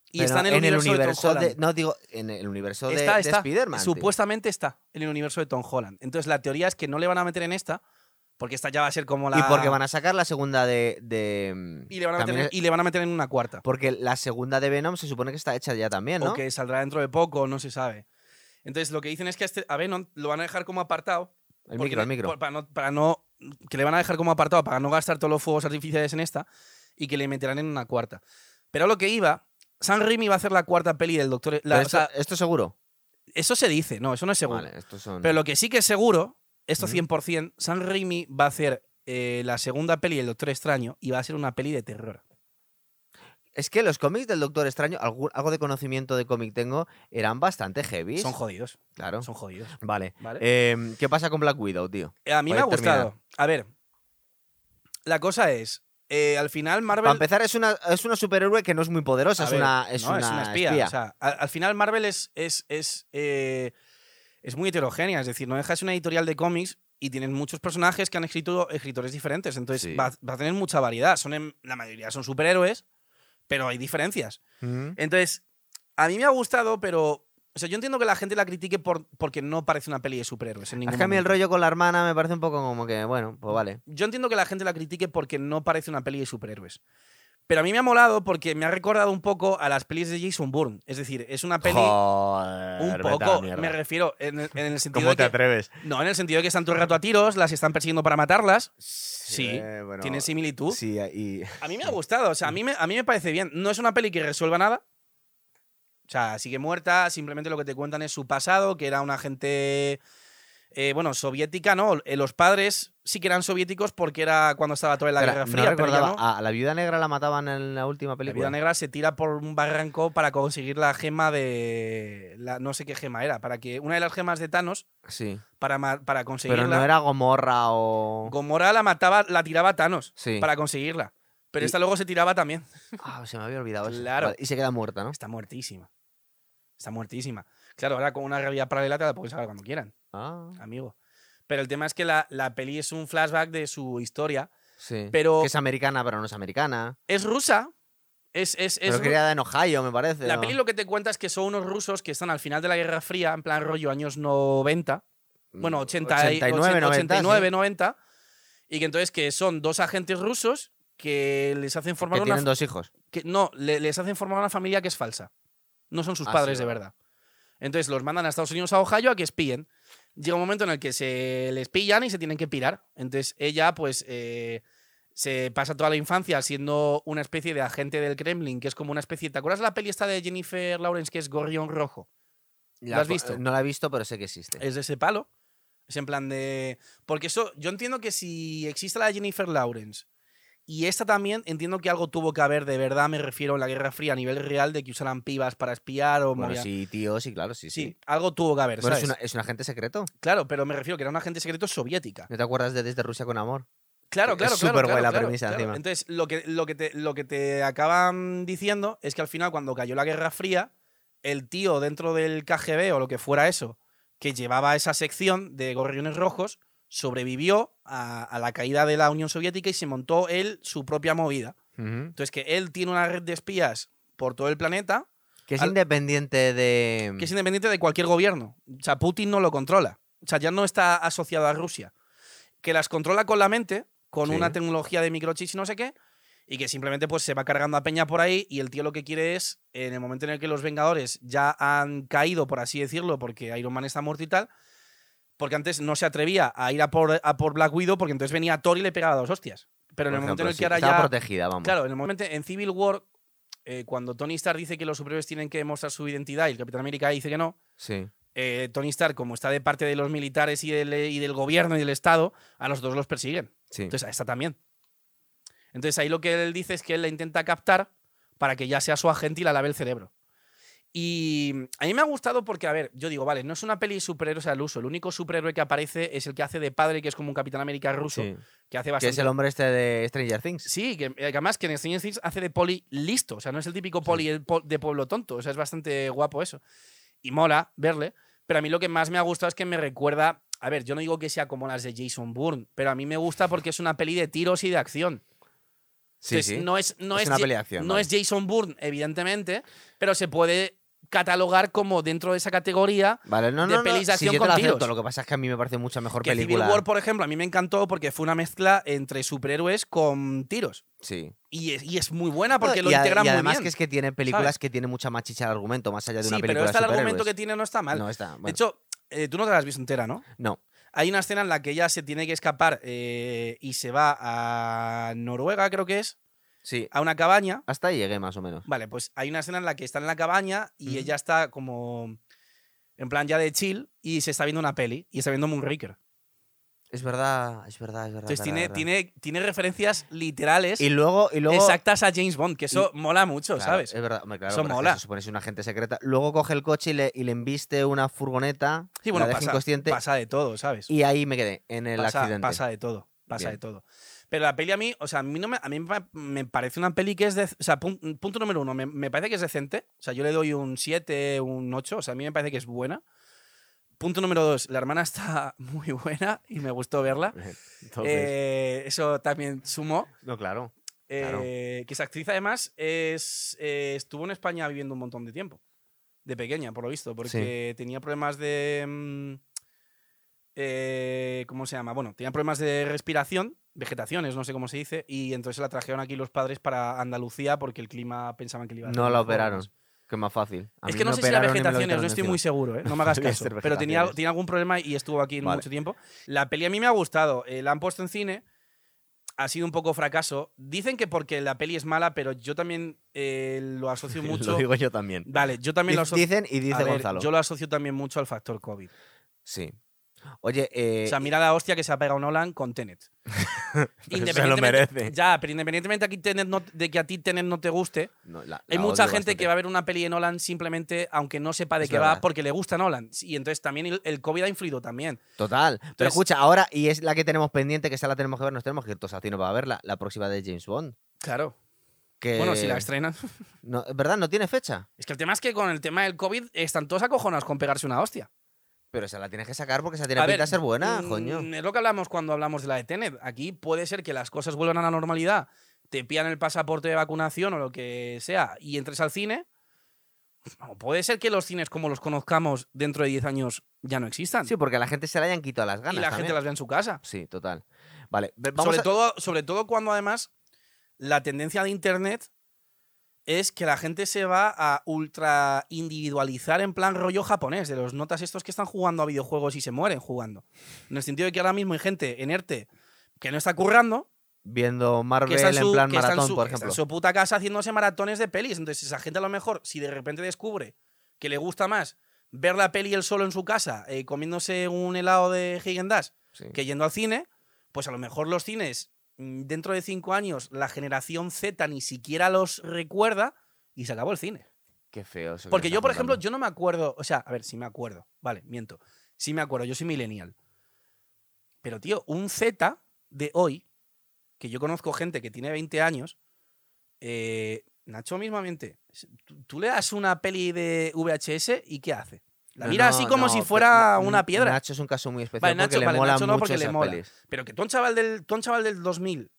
Speaker 2: Y
Speaker 1: Pero
Speaker 2: está en el universo, de Tom
Speaker 1: de-
Speaker 2: Holland.
Speaker 1: No, digo, en el universo de,
Speaker 2: está,
Speaker 1: de
Speaker 2: está.
Speaker 1: Spider-Man. tío.
Speaker 2: Supuestamente está en el universo de Tom Holland. Entonces, la teoría es que no le van a meter en esta, porque esta ya va a ser como la.
Speaker 1: Y porque van a sacar la segunda de. de-
Speaker 2: y le van a meter,
Speaker 1: también
Speaker 2: en-
Speaker 1: es-
Speaker 2: y le van a meter en una cuarta.
Speaker 1: Porque la segunda de Venom se supone que está hecha ya también, ¿no?
Speaker 2: o que saldrá dentro de poco, no se sabe. Entonces, lo que dicen es que a, este, a Venom lo van a dejar como apartado.
Speaker 1: El
Speaker 2: porque
Speaker 1: micro, el
Speaker 2: le-
Speaker 1: micro.
Speaker 2: por- para, no, para no. Que le van a dejar como apartado para no gastar todos los fuegos artificiales en esta y que le meterán en una cuarta. Pero a lo que iba, San Raimi va a hacer la cuarta peli del Doctor. la-
Speaker 1: Pero
Speaker 2: o
Speaker 1: esto,
Speaker 2: sea,
Speaker 1: esto seguro.
Speaker 2: eso se dice, no, eso no es seguro.
Speaker 1: Vale, estos son.
Speaker 2: Pero lo que sí que es seguro, esto
Speaker 1: Ujú.
Speaker 2: 100%, San Raimi va a hacer eh, la segunda peli del Doctor Extraño y va a ser una peli de terror.
Speaker 1: Es que los cómics del Doctor Extraño, algún- algo de conocimiento de cómic tengo, eran bastante heavy.
Speaker 2: Son jodidos,
Speaker 1: Claro.
Speaker 2: son jodidos.
Speaker 1: Vale.
Speaker 2: ¿Vale?
Speaker 1: Eh, ¿Qué pasa con Black Widow, tío?
Speaker 2: Eh, a mí
Speaker 1: para
Speaker 2: me ha
Speaker 1: ir terminando.
Speaker 2: gustado. A ver, la cosa es, eh, al final
Speaker 1: Para
Speaker 2: Marvel...
Speaker 1: empezar, es una, es una superhéroe que no es muy poderosa,
Speaker 2: a
Speaker 1: es,
Speaker 2: ver,
Speaker 1: una, es,
Speaker 2: no,
Speaker 1: una,
Speaker 2: espía. o sea, a- al, final Marvel es, es, es, eh, es muy heterogénea, es decir, no dejas una editorial de cómics y tienen muchos personajes que han escrito escritores diferentes, entonces
Speaker 1: Sí.
Speaker 2: va, a- va a tener mucha variedad. Son en- la mayoría son superhéroes, pero hay diferencias.
Speaker 1: Ujú.
Speaker 2: Entonces, a mí me ha gustado, pero. O sea, yo entiendo que la gente la critique por, porque no parece una peli de superhéroes. En ningún
Speaker 1: Es que a mí el
Speaker 2: momento.
Speaker 1: rollo con la hermana me parece un poco como que, bueno, pues vale.
Speaker 2: Yo entiendo que la gente la critique porque no parece una peli de superhéroes. Pero a mí me ha molado porque me ha recordado un poco a las pelis de Jason Bourne. Es decir, es una peli. un
Speaker 1: Joder, vete a la
Speaker 2: poco.
Speaker 1: mierda.
Speaker 2: Me refiero. En el, en el sentido
Speaker 1: ¿Cómo
Speaker 2: de
Speaker 1: te
Speaker 2: que-
Speaker 1: atreves?
Speaker 2: No, en el sentido de que están todo el rato a tiros, las están persiguiendo para matarlas. Sí,
Speaker 1: eh, bueno,
Speaker 2: Tiene similitud.
Speaker 1: Sí, y...
Speaker 2: A mí me ha gustado, o sea, a mí me, a mí me parece bien. No es una peli que resuelva nada. O sea, sigue muerta, simplemente lo que te cuentan es su pasado, que era una gente, eh, bueno, soviética, ¿no? Eh, los padres sí que eran soviéticos porque era cuando estaba toda la
Speaker 1: Espera,
Speaker 2: Guerra
Speaker 1: no
Speaker 2: Fría, pero ya
Speaker 1: recordaba,
Speaker 2: no.
Speaker 1: a la viuda negra la mataban en la última
Speaker 2: La
Speaker 1: película.
Speaker 2: vida negra se tira por un barranco para conseguir la gema de... la- no sé qué gema era, para que una de las gemas de Thanos,
Speaker 1: Sí.
Speaker 2: para, ma- para conseguirla,
Speaker 1: Pero no era Gomorra o...
Speaker 2: Gomorra la mataba, la tiraba Thanos
Speaker 1: Sí.
Speaker 2: para conseguirla.
Speaker 1: Y-
Speaker 2: Pero esta luego se tiraba también.
Speaker 1: Ah, se me había olvidado eso.
Speaker 2: Claro.
Speaker 1: Vale, y se queda muerta, ¿no?
Speaker 2: Está muertísima. Está muertísima. Claro, ahora con una realidad paralela te la pueden sacar cuando quieran,
Speaker 1: Ah,
Speaker 2: amigo. Pero el tema es que la, la peli es un flashback de su historia,
Speaker 1: sí.
Speaker 2: pero
Speaker 1: Que es americana, pero no es americana.
Speaker 2: es rusa. Es, es, es
Speaker 1: pero
Speaker 2: ru-
Speaker 1: criada en Ohio, me parece.
Speaker 2: la
Speaker 1: ¿no?
Speaker 2: peli lo que te cuenta es que son unos rusos que están al final de la Guerra Fría, en plan rollo años 90,
Speaker 1: Mm,
Speaker 2: bueno, 80,
Speaker 1: 89, 90,
Speaker 2: 89,
Speaker 1: sí.
Speaker 2: 90, y que entonces que son dos agentes rusos que les hacen formar
Speaker 1: Que
Speaker 2: una
Speaker 1: tienen dos hijos.
Speaker 2: que no, le- les hacen formar una familia que es falsa. No son sus
Speaker 1: Ah,
Speaker 2: padres
Speaker 1: sí,
Speaker 2: de
Speaker 1: ¿verdad?
Speaker 2: verdad. Entonces los mandan a Estados Unidos a Ohio a que espíen. Llega un momento en el que se les pillan y se tienen que pirar. Entonces ella, pues, eh, se pasa toda la infancia siendo una especie de agente del Kremlin, que es como una especie. ¿Te acuerdas la peli esta de Jennifer Lawrence que es Gorrión Rojo?
Speaker 1: La
Speaker 2: ¿Lo has
Speaker 1: co-
Speaker 2: visto?
Speaker 1: No la he visto, pero sé que existe.
Speaker 2: Es de ese palo. Es en plan de. Porque eso, yo entiendo que si existe la de Jennifer Lawrence y esta también, entiendo que algo tuvo que haber, de verdad, me refiero en la Guerra Fría a nivel real, de que usaran pibas para espiar o
Speaker 1: bueno,
Speaker 2: movían-
Speaker 1: sí, tío, sí, claro, sí,
Speaker 2: sí,
Speaker 1: sí.
Speaker 2: algo tuvo que haber,
Speaker 1: Bueno, es,
Speaker 2: ¿sabes?
Speaker 1: una- es un agente secreto.
Speaker 2: Claro, pero me refiero que era un agente secreto soviética.
Speaker 1: ¿No te acuerdas de Desde Rusia con Amor?
Speaker 2: Claro,
Speaker 1: Es
Speaker 2: claro, claro.
Speaker 1: superguay
Speaker 2: claro,
Speaker 1: la
Speaker 2: claro,
Speaker 1: premisa
Speaker 2: claro.
Speaker 1: encima.
Speaker 2: Entonces, lo que, lo, que te, lo que te acaban diciendo es que al final, cuando cayó la Guerra Fría, el tío dentro del KGB o lo que fuera eso, que llevaba esa sección de gorriones rojos, sobrevivió a, a la caída de la Unión Soviética y se montó él su propia movida.
Speaker 1: Ujú.
Speaker 2: Entonces, que él tiene una red de espías por todo el planeta
Speaker 1: Que es
Speaker 2: Al-
Speaker 1: independiente de.
Speaker 2: que es independiente de cualquier gobierno. O sea, Putin no lo controla. O sea, ya no está asociado a Rusia. Que las controla con la mente, con
Speaker 1: Sí.
Speaker 2: una tecnología de microchips y no sé qué, y que simplemente pues se va cargando a peña por ahí y el tío lo que quiere es, en el momento en el que los Vengadores ya han caído, por así decirlo, porque Iron Man está muerto y tal, porque antes no se atrevía a ir a por, a por Black Widow porque entonces venía Thor y le pegaba dos hostias. Pero en el
Speaker 1: por
Speaker 2: momento
Speaker 1: ejemplo,
Speaker 2: en el que
Speaker 1: sí,
Speaker 2: ahora
Speaker 1: estaba
Speaker 2: ya...
Speaker 1: protegida, vamos.
Speaker 2: Claro, en el momento en Civil War, eh, cuando Tony Stark dice que los superhéroes tienen que demostrar su identidad y el Capitán América dice que no,
Speaker 1: Sí.
Speaker 2: eh, Tony Stark, como está de parte de los militares y del, y del gobierno y del Estado, a los dos los persiguen.
Speaker 1: sí.
Speaker 2: Entonces a esta también. Entonces ahí lo que él dice es que él la intenta captar para que ya sea su agente y la lave el cerebro. Y a mí me ha gustado porque, a ver, yo digo, vale, no es una peli de superhéroes al uso. El único superhéroe que aparece es el que hace de padre, que es como un Capitán América ruso,
Speaker 1: Sí.
Speaker 2: que hace
Speaker 1: Que
Speaker 2: bastante.
Speaker 1: es el hombre este de Stranger Things.
Speaker 2: Sí, que, que además que en Stranger Things hace de poli listo. O sea, no es el típico poli el po- de pueblo tonto. O sea, es bastante guapo eso. Y mola verle. Pero a mí lo que más me ha gustado es que me recuerda. A ver, yo no digo que sea como las de Jason Bourne, pero a mí me gusta porque es una peli de tiros y de acción.
Speaker 1: Sí,
Speaker 2: Entonces,
Speaker 1: sí.
Speaker 2: No es, no
Speaker 1: Es
Speaker 2: es,
Speaker 1: una
Speaker 2: Ja-
Speaker 1: peli de acción,
Speaker 2: No
Speaker 1: vale.
Speaker 2: es Jason Bourne, evidentemente, pero se puede catalogar como dentro de esa categoría.
Speaker 1: Vale, no,
Speaker 2: de
Speaker 1: no, no.
Speaker 2: pelis de
Speaker 1: sí, yo
Speaker 2: acción
Speaker 1: te
Speaker 2: con
Speaker 1: lo acepto,
Speaker 2: tiros.
Speaker 1: Lo que pasa es que a mí me parece mucha mejor
Speaker 2: Que
Speaker 1: película.
Speaker 2: Civil War, por ejemplo, a mí me encantó porque fue una mezcla entre superhéroes con tiros.
Speaker 1: Sí.
Speaker 2: Y es, y es muy buena Ah, porque lo
Speaker 1: y, a-
Speaker 2: integran
Speaker 1: y
Speaker 2: muy
Speaker 1: además
Speaker 2: bien.
Speaker 1: que es que tiene películas
Speaker 2: ¿sabes?
Speaker 1: que tiene mucha más chicha al argumento, más allá de una
Speaker 2: sí, pero
Speaker 1: película
Speaker 2: está
Speaker 1: de
Speaker 2: el argumento que
Speaker 1: superhéroes.
Speaker 2: tiene no está mal.
Speaker 1: No está. bueno,
Speaker 2: De hecho, eh, tú no te la has visto entera, ¿no?
Speaker 1: no.
Speaker 2: Hay una escena en la que ella se tiene que escapar eh, y se va a Noruega, creo que es,
Speaker 1: Sí.
Speaker 2: a una cabaña.
Speaker 1: Hasta ahí llegué más o menos.
Speaker 2: Vale, pues hay una escena en la que está en la cabaña y
Speaker 1: Ujú.
Speaker 2: ella está como en plan ya de chill y se está viendo una peli y está viendo Moonraker.
Speaker 1: Es verdad, es verdad, es verdad.
Speaker 2: Entonces
Speaker 1: verdad,
Speaker 2: tiene,
Speaker 1: verdad.
Speaker 2: tiene, tiene referenciales literales
Speaker 1: Y luego, y luego
Speaker 2: exactas a James Bond, que eso mola mucho,
Speaker 1: Claro, eh,
Speaker 2: ¿sabes?
Speaker 1: Es verdad, hombre, claro,
Speaker 2: Eso
Speaker 1: pero es que
Speaker 2: mola.
Speaker 1: Se supone que es una agente secreta. Luego coge el coche y le, y le embiste una furgoneta.
Speaker 2: Sí, bueno,
Speaker 1: la deja
Speaker 2: pasa,
Speaker 1: inconsciente.
Speaker 2: pasa de todo, ¿sabes?
Speaker 1: Y ahí me quedé, en el
Speaker 2: pasa,
Speaker 1: accidente.
Speaker 2: pasa de todo, pasa
Speaker 1: Bien.
Speaker 2: de todo. Pero la peli a mí, o sea, a mí, no me, a mí me pa- me parece una peli que es de... O sea, pun- punto número uno, me, me parece que es decente. O sea, yo le doy un 7, un 8, o sea, a mí me parece que es buena. Punto número dos, la hermana está muy buena y me gustó verla.
Speaker 1: Entonces,
Speaker 2: Eh, eso también sumó.
Speaker 1: no, claro.
Speaker 2: Eh,
Speaker 1: Claro.
Speaker 2: Que esa actriz además es, eh, estuvo en España viviendo un montón de tiempo. De pequeña, por lo visto, porque tenía problemas de... mm, eh, ¿Cómo se llama? Bueno, tenía problemas de respiración, vegetaciones, no sé cómo se dice, y entonces la trajeron aquí los padres para Andalucía porque el clima pensaban que le iba a
Speaker 1: No
Speaker 2: hacer
Speaker 1: la
Speaker 2: mejor,
Speaker 1: operaron.
Speaker 2: no sé.
Speaker 1: Que es más fácil. A
Speaker 2: Es
Speaker 1: mí
Speaker 2: que no
Speaker 1: me
Speaker 2: sé si
Speaker 1: operaron y me
Speaker 2: era
Speaker 1: lo
Speaker 2: vegetaciones,
Speaker 1: quitaron
Speaker 2: no estoy muy
Speaker 1: encima.
Speaker 2: seguro, ¿eh? no me hagas
Speaker 1: Podría
Speaker 2: caso.
Speaker 1: ser
Speaker 2: Pero tenía,
Speaker 1: vegetaciones.
Speaker 2: tenía algún problema y estuvo aquí en
Speaker 1: Vale.
Speaker 2: mucho tiempo. La peli a mí me ha gustado, eh, la han puesto en cine, ha sido un poco fracaso. Dicen que porque la peli es mala, pero yo también eh, lo asocio mucho.
Speaker 1: Lo digo yo también.
Speaker 2: Vale, yo también
Speaker 1: Dic-
Speaker 2: lo asocio.
Speaker 1: Dicen y
Speaker 2: A
Speaker 1: dice
Speaker 2: ver,
Speaker 1: Gonzalo.
Speaker 2: Yo lo asocio también mucho al factor COVID.
Speaker 1: Sí. Oye, eh, Pues
Speaker 2: o sea, mira la hostia que se ha pegado Nolan con Tenet.
Speaker 1: se lo merece.
Speaker 2: Ya, pero independientemente aquí Tenet no- de que a ti Tenet no te guste,
Speaker 1: no, la-
Speaker 2: hay
Speaker 1: la
Speaker 2: mucha
Speaker 1: odio
Speaker 2: gente
Speaker 1: bastante.
Speaker 2: que va a ver una peli de Nolan simplemente, aunque no sepa de
Speaker 1: Es
Speaker 2: qué
Speaker 1: verdad.
Speaker 2: va, porque le gusta Nolan. Y entonces también el, el COVID ha influido también.
Speaker 1: Total. Pero
Speaker 2: Entonces-
Speaker 1: escucha, ahora, y es la que tenemos pendiente, que esa la tenemos que ver, nos tenemos que ir todos a cine para verla, la próxima de James Bond.
Speaker 2: Claro.
Speaker 1: Que
Speaker 2: Bueno, si la estrenan.
Speaker 1: no, ¿Verdad? No tiene fecha.
Speaker 2: Es que el tema es que con el tema del COVID están todos acojonados con pegarse una hostia.
Speaker 1: Pero esa la tienes que sacar porque esa tiene
Speaker 2: A
Speaker 1: pinta
Speaker 2: ver,
Speaker 1: de ser buena,
Speaker 2: mm,
Speaker 1: coño.
Speaker 2: Es lo que hablamos cuando hablamos de la de Tenet. Aquí puede ser que las cosas vuelvan a la normalidad, te pillan el pasaporte de vacunación o lo que sea y entres al cine. O puede ser que los cines como los conozcamos dentro de 10 años ya no existan.
Speaker 1: Sí, porque a la gente se la hayan quitado las
Speaker 2: y
Speaker 1: ganas.
Speaker 2: la gente
Speaker 1: también.
Speaker 2: las ve en su casa.
Speaker 1: Sí, total. Vale, ve- vamos
Speaker 2: Sobre,
Speaker 1: a-
Speaker 2: todo, sobre todo cuando además la tendencia de Internet es que la gente se va a ultra individualizar en plan rollo japonés, de los notas estos que están jugando a videojuegos y se mueren jugando. En el sentido de que ahora mismo hay gente en ERTE que no está currando,
Speaker 1: viendo Marvel
Speaker 2: que está
Speaker 1: en,
Speaker 2: en su,
Speaker 1: plan
Speaker 2: que está en
Speaker 1: maratón,
Speaker 2: su-
Speaker 1: por
Speaker 2: que está
Speaker 1: ejemplo.
Speaker 2: en su puta casa haciéndose maratones de pelis. Entonces esa gente a lo mejor, si de repente descubre que le gusta más ver la peli él solo en su casa, eh, comiéndose un helado de Haagen Dazs,
Speaker 1: Sí.
Speaker 2: que yendo al cine, pues a lo mejor los cines mm, dentro de cinco años la generación Z ni siquiera los recuerda y se acabó el cine.
Speaker 1: Qué feo eso que
Speaker 2: Porque
Speaker 1: me
Speaker 2: yo,
Speaker 1: estás
Speaker 2: por ejemplo,
Speaker 1: contando.
Speaker 2: yo no me acuerdo, o sea, a ver, si me acuerdo, vale, miento, si me acuerdo, yo soy millennial. Pero tío, un Z de hoy, que yo conozco gente que tiene 20 años, eh, Nacho mismamente, s- tú, tú le das una peli de VHS y ¿qué hace? La
Speaker 1: No,
Speaker 2: mira así
Speaker 1: no,
Speaker 2: como
Speaker 1: no,
Speaker 2: si
Speaker 1: pero
Speaker 2: fuera
Speaker 1: N-
Speaker 2: una piedra.
Speaker 1: Nacho es un caso muy especial
Speaker 2: Vale,
Speaker 1: porque
Speaker 2: Nacho,
Speaker 1: le
Speaker 2: vale,
Speaker 1: mola
Speaker 2: Nacho no,
Speaker 1: mucho
Speaker 2: porque le
Speaker 1: esas
Speaker 2: mola.
Speaker 1: pelis.
Speaker 2: Pero que tú a un chaval del, tú a un chaval del 2000,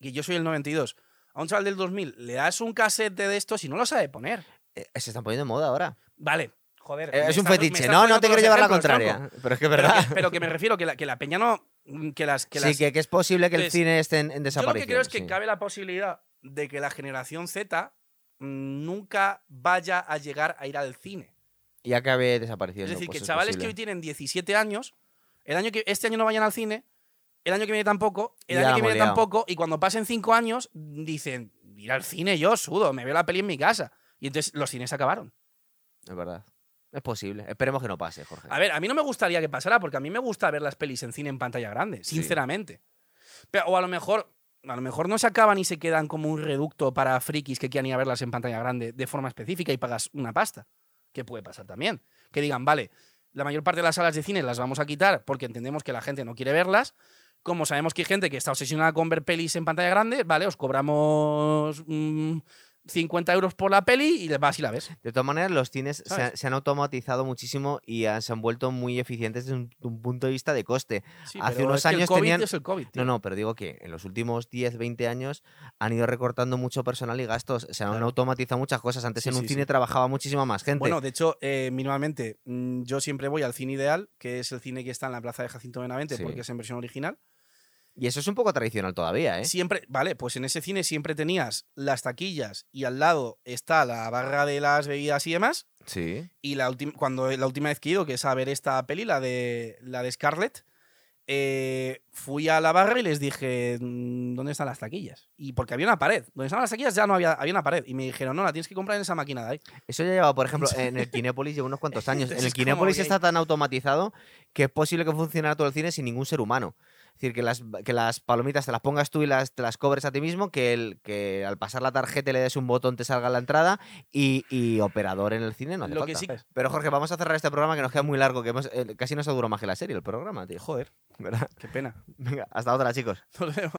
Speaker 2: que yo soy el 92, a un chaval del 2000 le das un casete de estos y no lo sabe poner.
Speaker 1: Eh, se están poniendo de moda ahora.
Speaker 2: Vale, joder.
Speaker 1: Eh,
Speaker 2: me
Speaker 1: es un
Speaker 2: estás- me
Speaker 1: fetiche.
Speaker 2: estás
Speaker 1: No, no
Speaker 2: poniendo
Speaker 1: te quiero
Speaker 2: todos
Speaker 1: llevar la
Speaker 2: ejemplos,
Speaker 1: contraria.
Speaker 2: tronco.
Speaker 1: Pero es que es
Speaker 2: Pero que-
Speaker 1: verdad.
Speaker 2: Pero que, me refiero que la, que la peña no. Que las. Que
Speaker 1: sí,
Speaker 2: las-
Speaker 1: que, que es posible que el
Speaker 2: Entonces,
Speaker 1: cine esté en, en
Speaker 2: yo lo que
Speaker 1: desaparición.
Speaker 2: creo es que
Speaker 1: sí.
Speaker 2: cabe la posibilidad de que la generación Z mm, nunca vaya a llegar a ir al cine.
Speaker 1: Y acabe desapareciendo.
Speaker 2: Es decir,
Speaker 1: pues
Speaker 2: que chavales que hoy
Speaker 1: posible.
Speaker 2: tienen 17 años, el año que, este año no vayan al cine, el año que viene tampoco, el
Speaker 1: Ya la
Speaker 2: año que
Speaker 1: hemos
Speaker 2: viene
Speaker 1: liado.
Speaker 2: tampoco, y cuando pasen 5 años, dicen, ir al cine yo sudo, me veo la peli en mi casa. Y entonces los cines acabaron.
Speaker 1: Es verdad. Es posible. Esperemos que no pase, Jorge.
Speaker 2: A ver, a mí no me gustaría que pasara, porque a mí me gusta ver las pelis en cine en pantalla grande, sinceramente. Pero, o a lo mejor, mm, a lo mejor no se acaban y se quedan como un reducto para frikis que quieran ir a verlas en pantalla grande de forma específica y pagas una pasta. Que puede pasar también. Que digan, vale, la mayor parte de las salas de cine las vamos a quitar porque entendemos que la gente no quiere verlas. Como sabemos que hay gente que está obsesionada con ver pelis en pantalla grande, vale, os cobramos mm, 50 euros por la peli y vas y la ves.
Speaker 1: De todas maneras, los cines se,
Speaker 2: ¿Sabes?
Speaker 1: han- se han automatizado muchísimo y han- se han vuelto muy eficientes desde un, un punto de vista de coste.
Speaker 2: Sí,
Speaker 1: Hace
Speaker 2: pero
Speaker 1: unos
Speaker 2: es que el
Speaker 1: años
Speaker 2: COVID
Speaker 1: tenían-
Speaker 2: es el COVID, tío.
Speaker 1: No, no, pero digo que en los últimos 10, 20 años han ido recortando mucho personal y gastos. Se han
Speaker 2: Claro.
Speaker 1: automatizado muchas cosas. Antes
Speaker 2: Sí,
Speaker 1: en un
Speaker 2: sí,
Speaker 1: cine
Speaker 2: sí.
Speaker 1: trabajaba muchísima más gente.
Speaker 2: Bueno, de hecho, eh, mínimamente, mm, yo siempre voy al cine ideal, que es el cine que está en la plaza de Jacinto Benavente,
Speaker 1: Sí.
Speaker 2: porque es en versión original.
Speaker 1: y eso es un poco tradicional todavía, ¿eh?
Speaker 2: Siempre, vale, pues en ese cine siempre tenías las taquillas y al lado está la barra de las bebidas y demás.
Speaker 1: Sí.
Speaker 2: Y la última, cuando la última vez que he ido, que es a ver esta peli, la de, la de Scarlett, eh, fui a la barra y les dije, "Mm, ¿dónde están las taquillas? Y porque había una pared. Donde estaban las taquillas ya no había, había una pared. Y me dijeron, no, la tienes que comprar en esa máquina de ahí.
Speaker 1: Eso ya lleva, por ejemplo, en el Kinépolis lleva unos cuantos años. En
Speaker 2: Entonces
Speaker 1: el
Speaker 2: es como
Speaker 1: Kinépolis
Speaker 2: que-
Speaker 1: está tan automatizado que es posible que funcionara todo el cine sin ningún ser humano. Es decir, que las, que las palomitas te las pongas tú y las, te las cobres a ti mismo, que, el, que al pasar la tarjeta le des un botón te salga la entrada y, y operador en el cine no hace
Speaker 2: Lo que
Speaker 1: falta.
Speaker 2: sí-
Speaker 1: Pero Jorge, vamos a cerrar este programa que nos queda muy largo, que hemos- eh, casi nos ha durado más que la serie el programa, tío.
Speaker 2: Joder,
Speaker 1: ¿Verdad?
Speaker 2: qué pena.
Speaker 1: Venga, hasta otra, chicos.
Speaker 2: Nos vemos.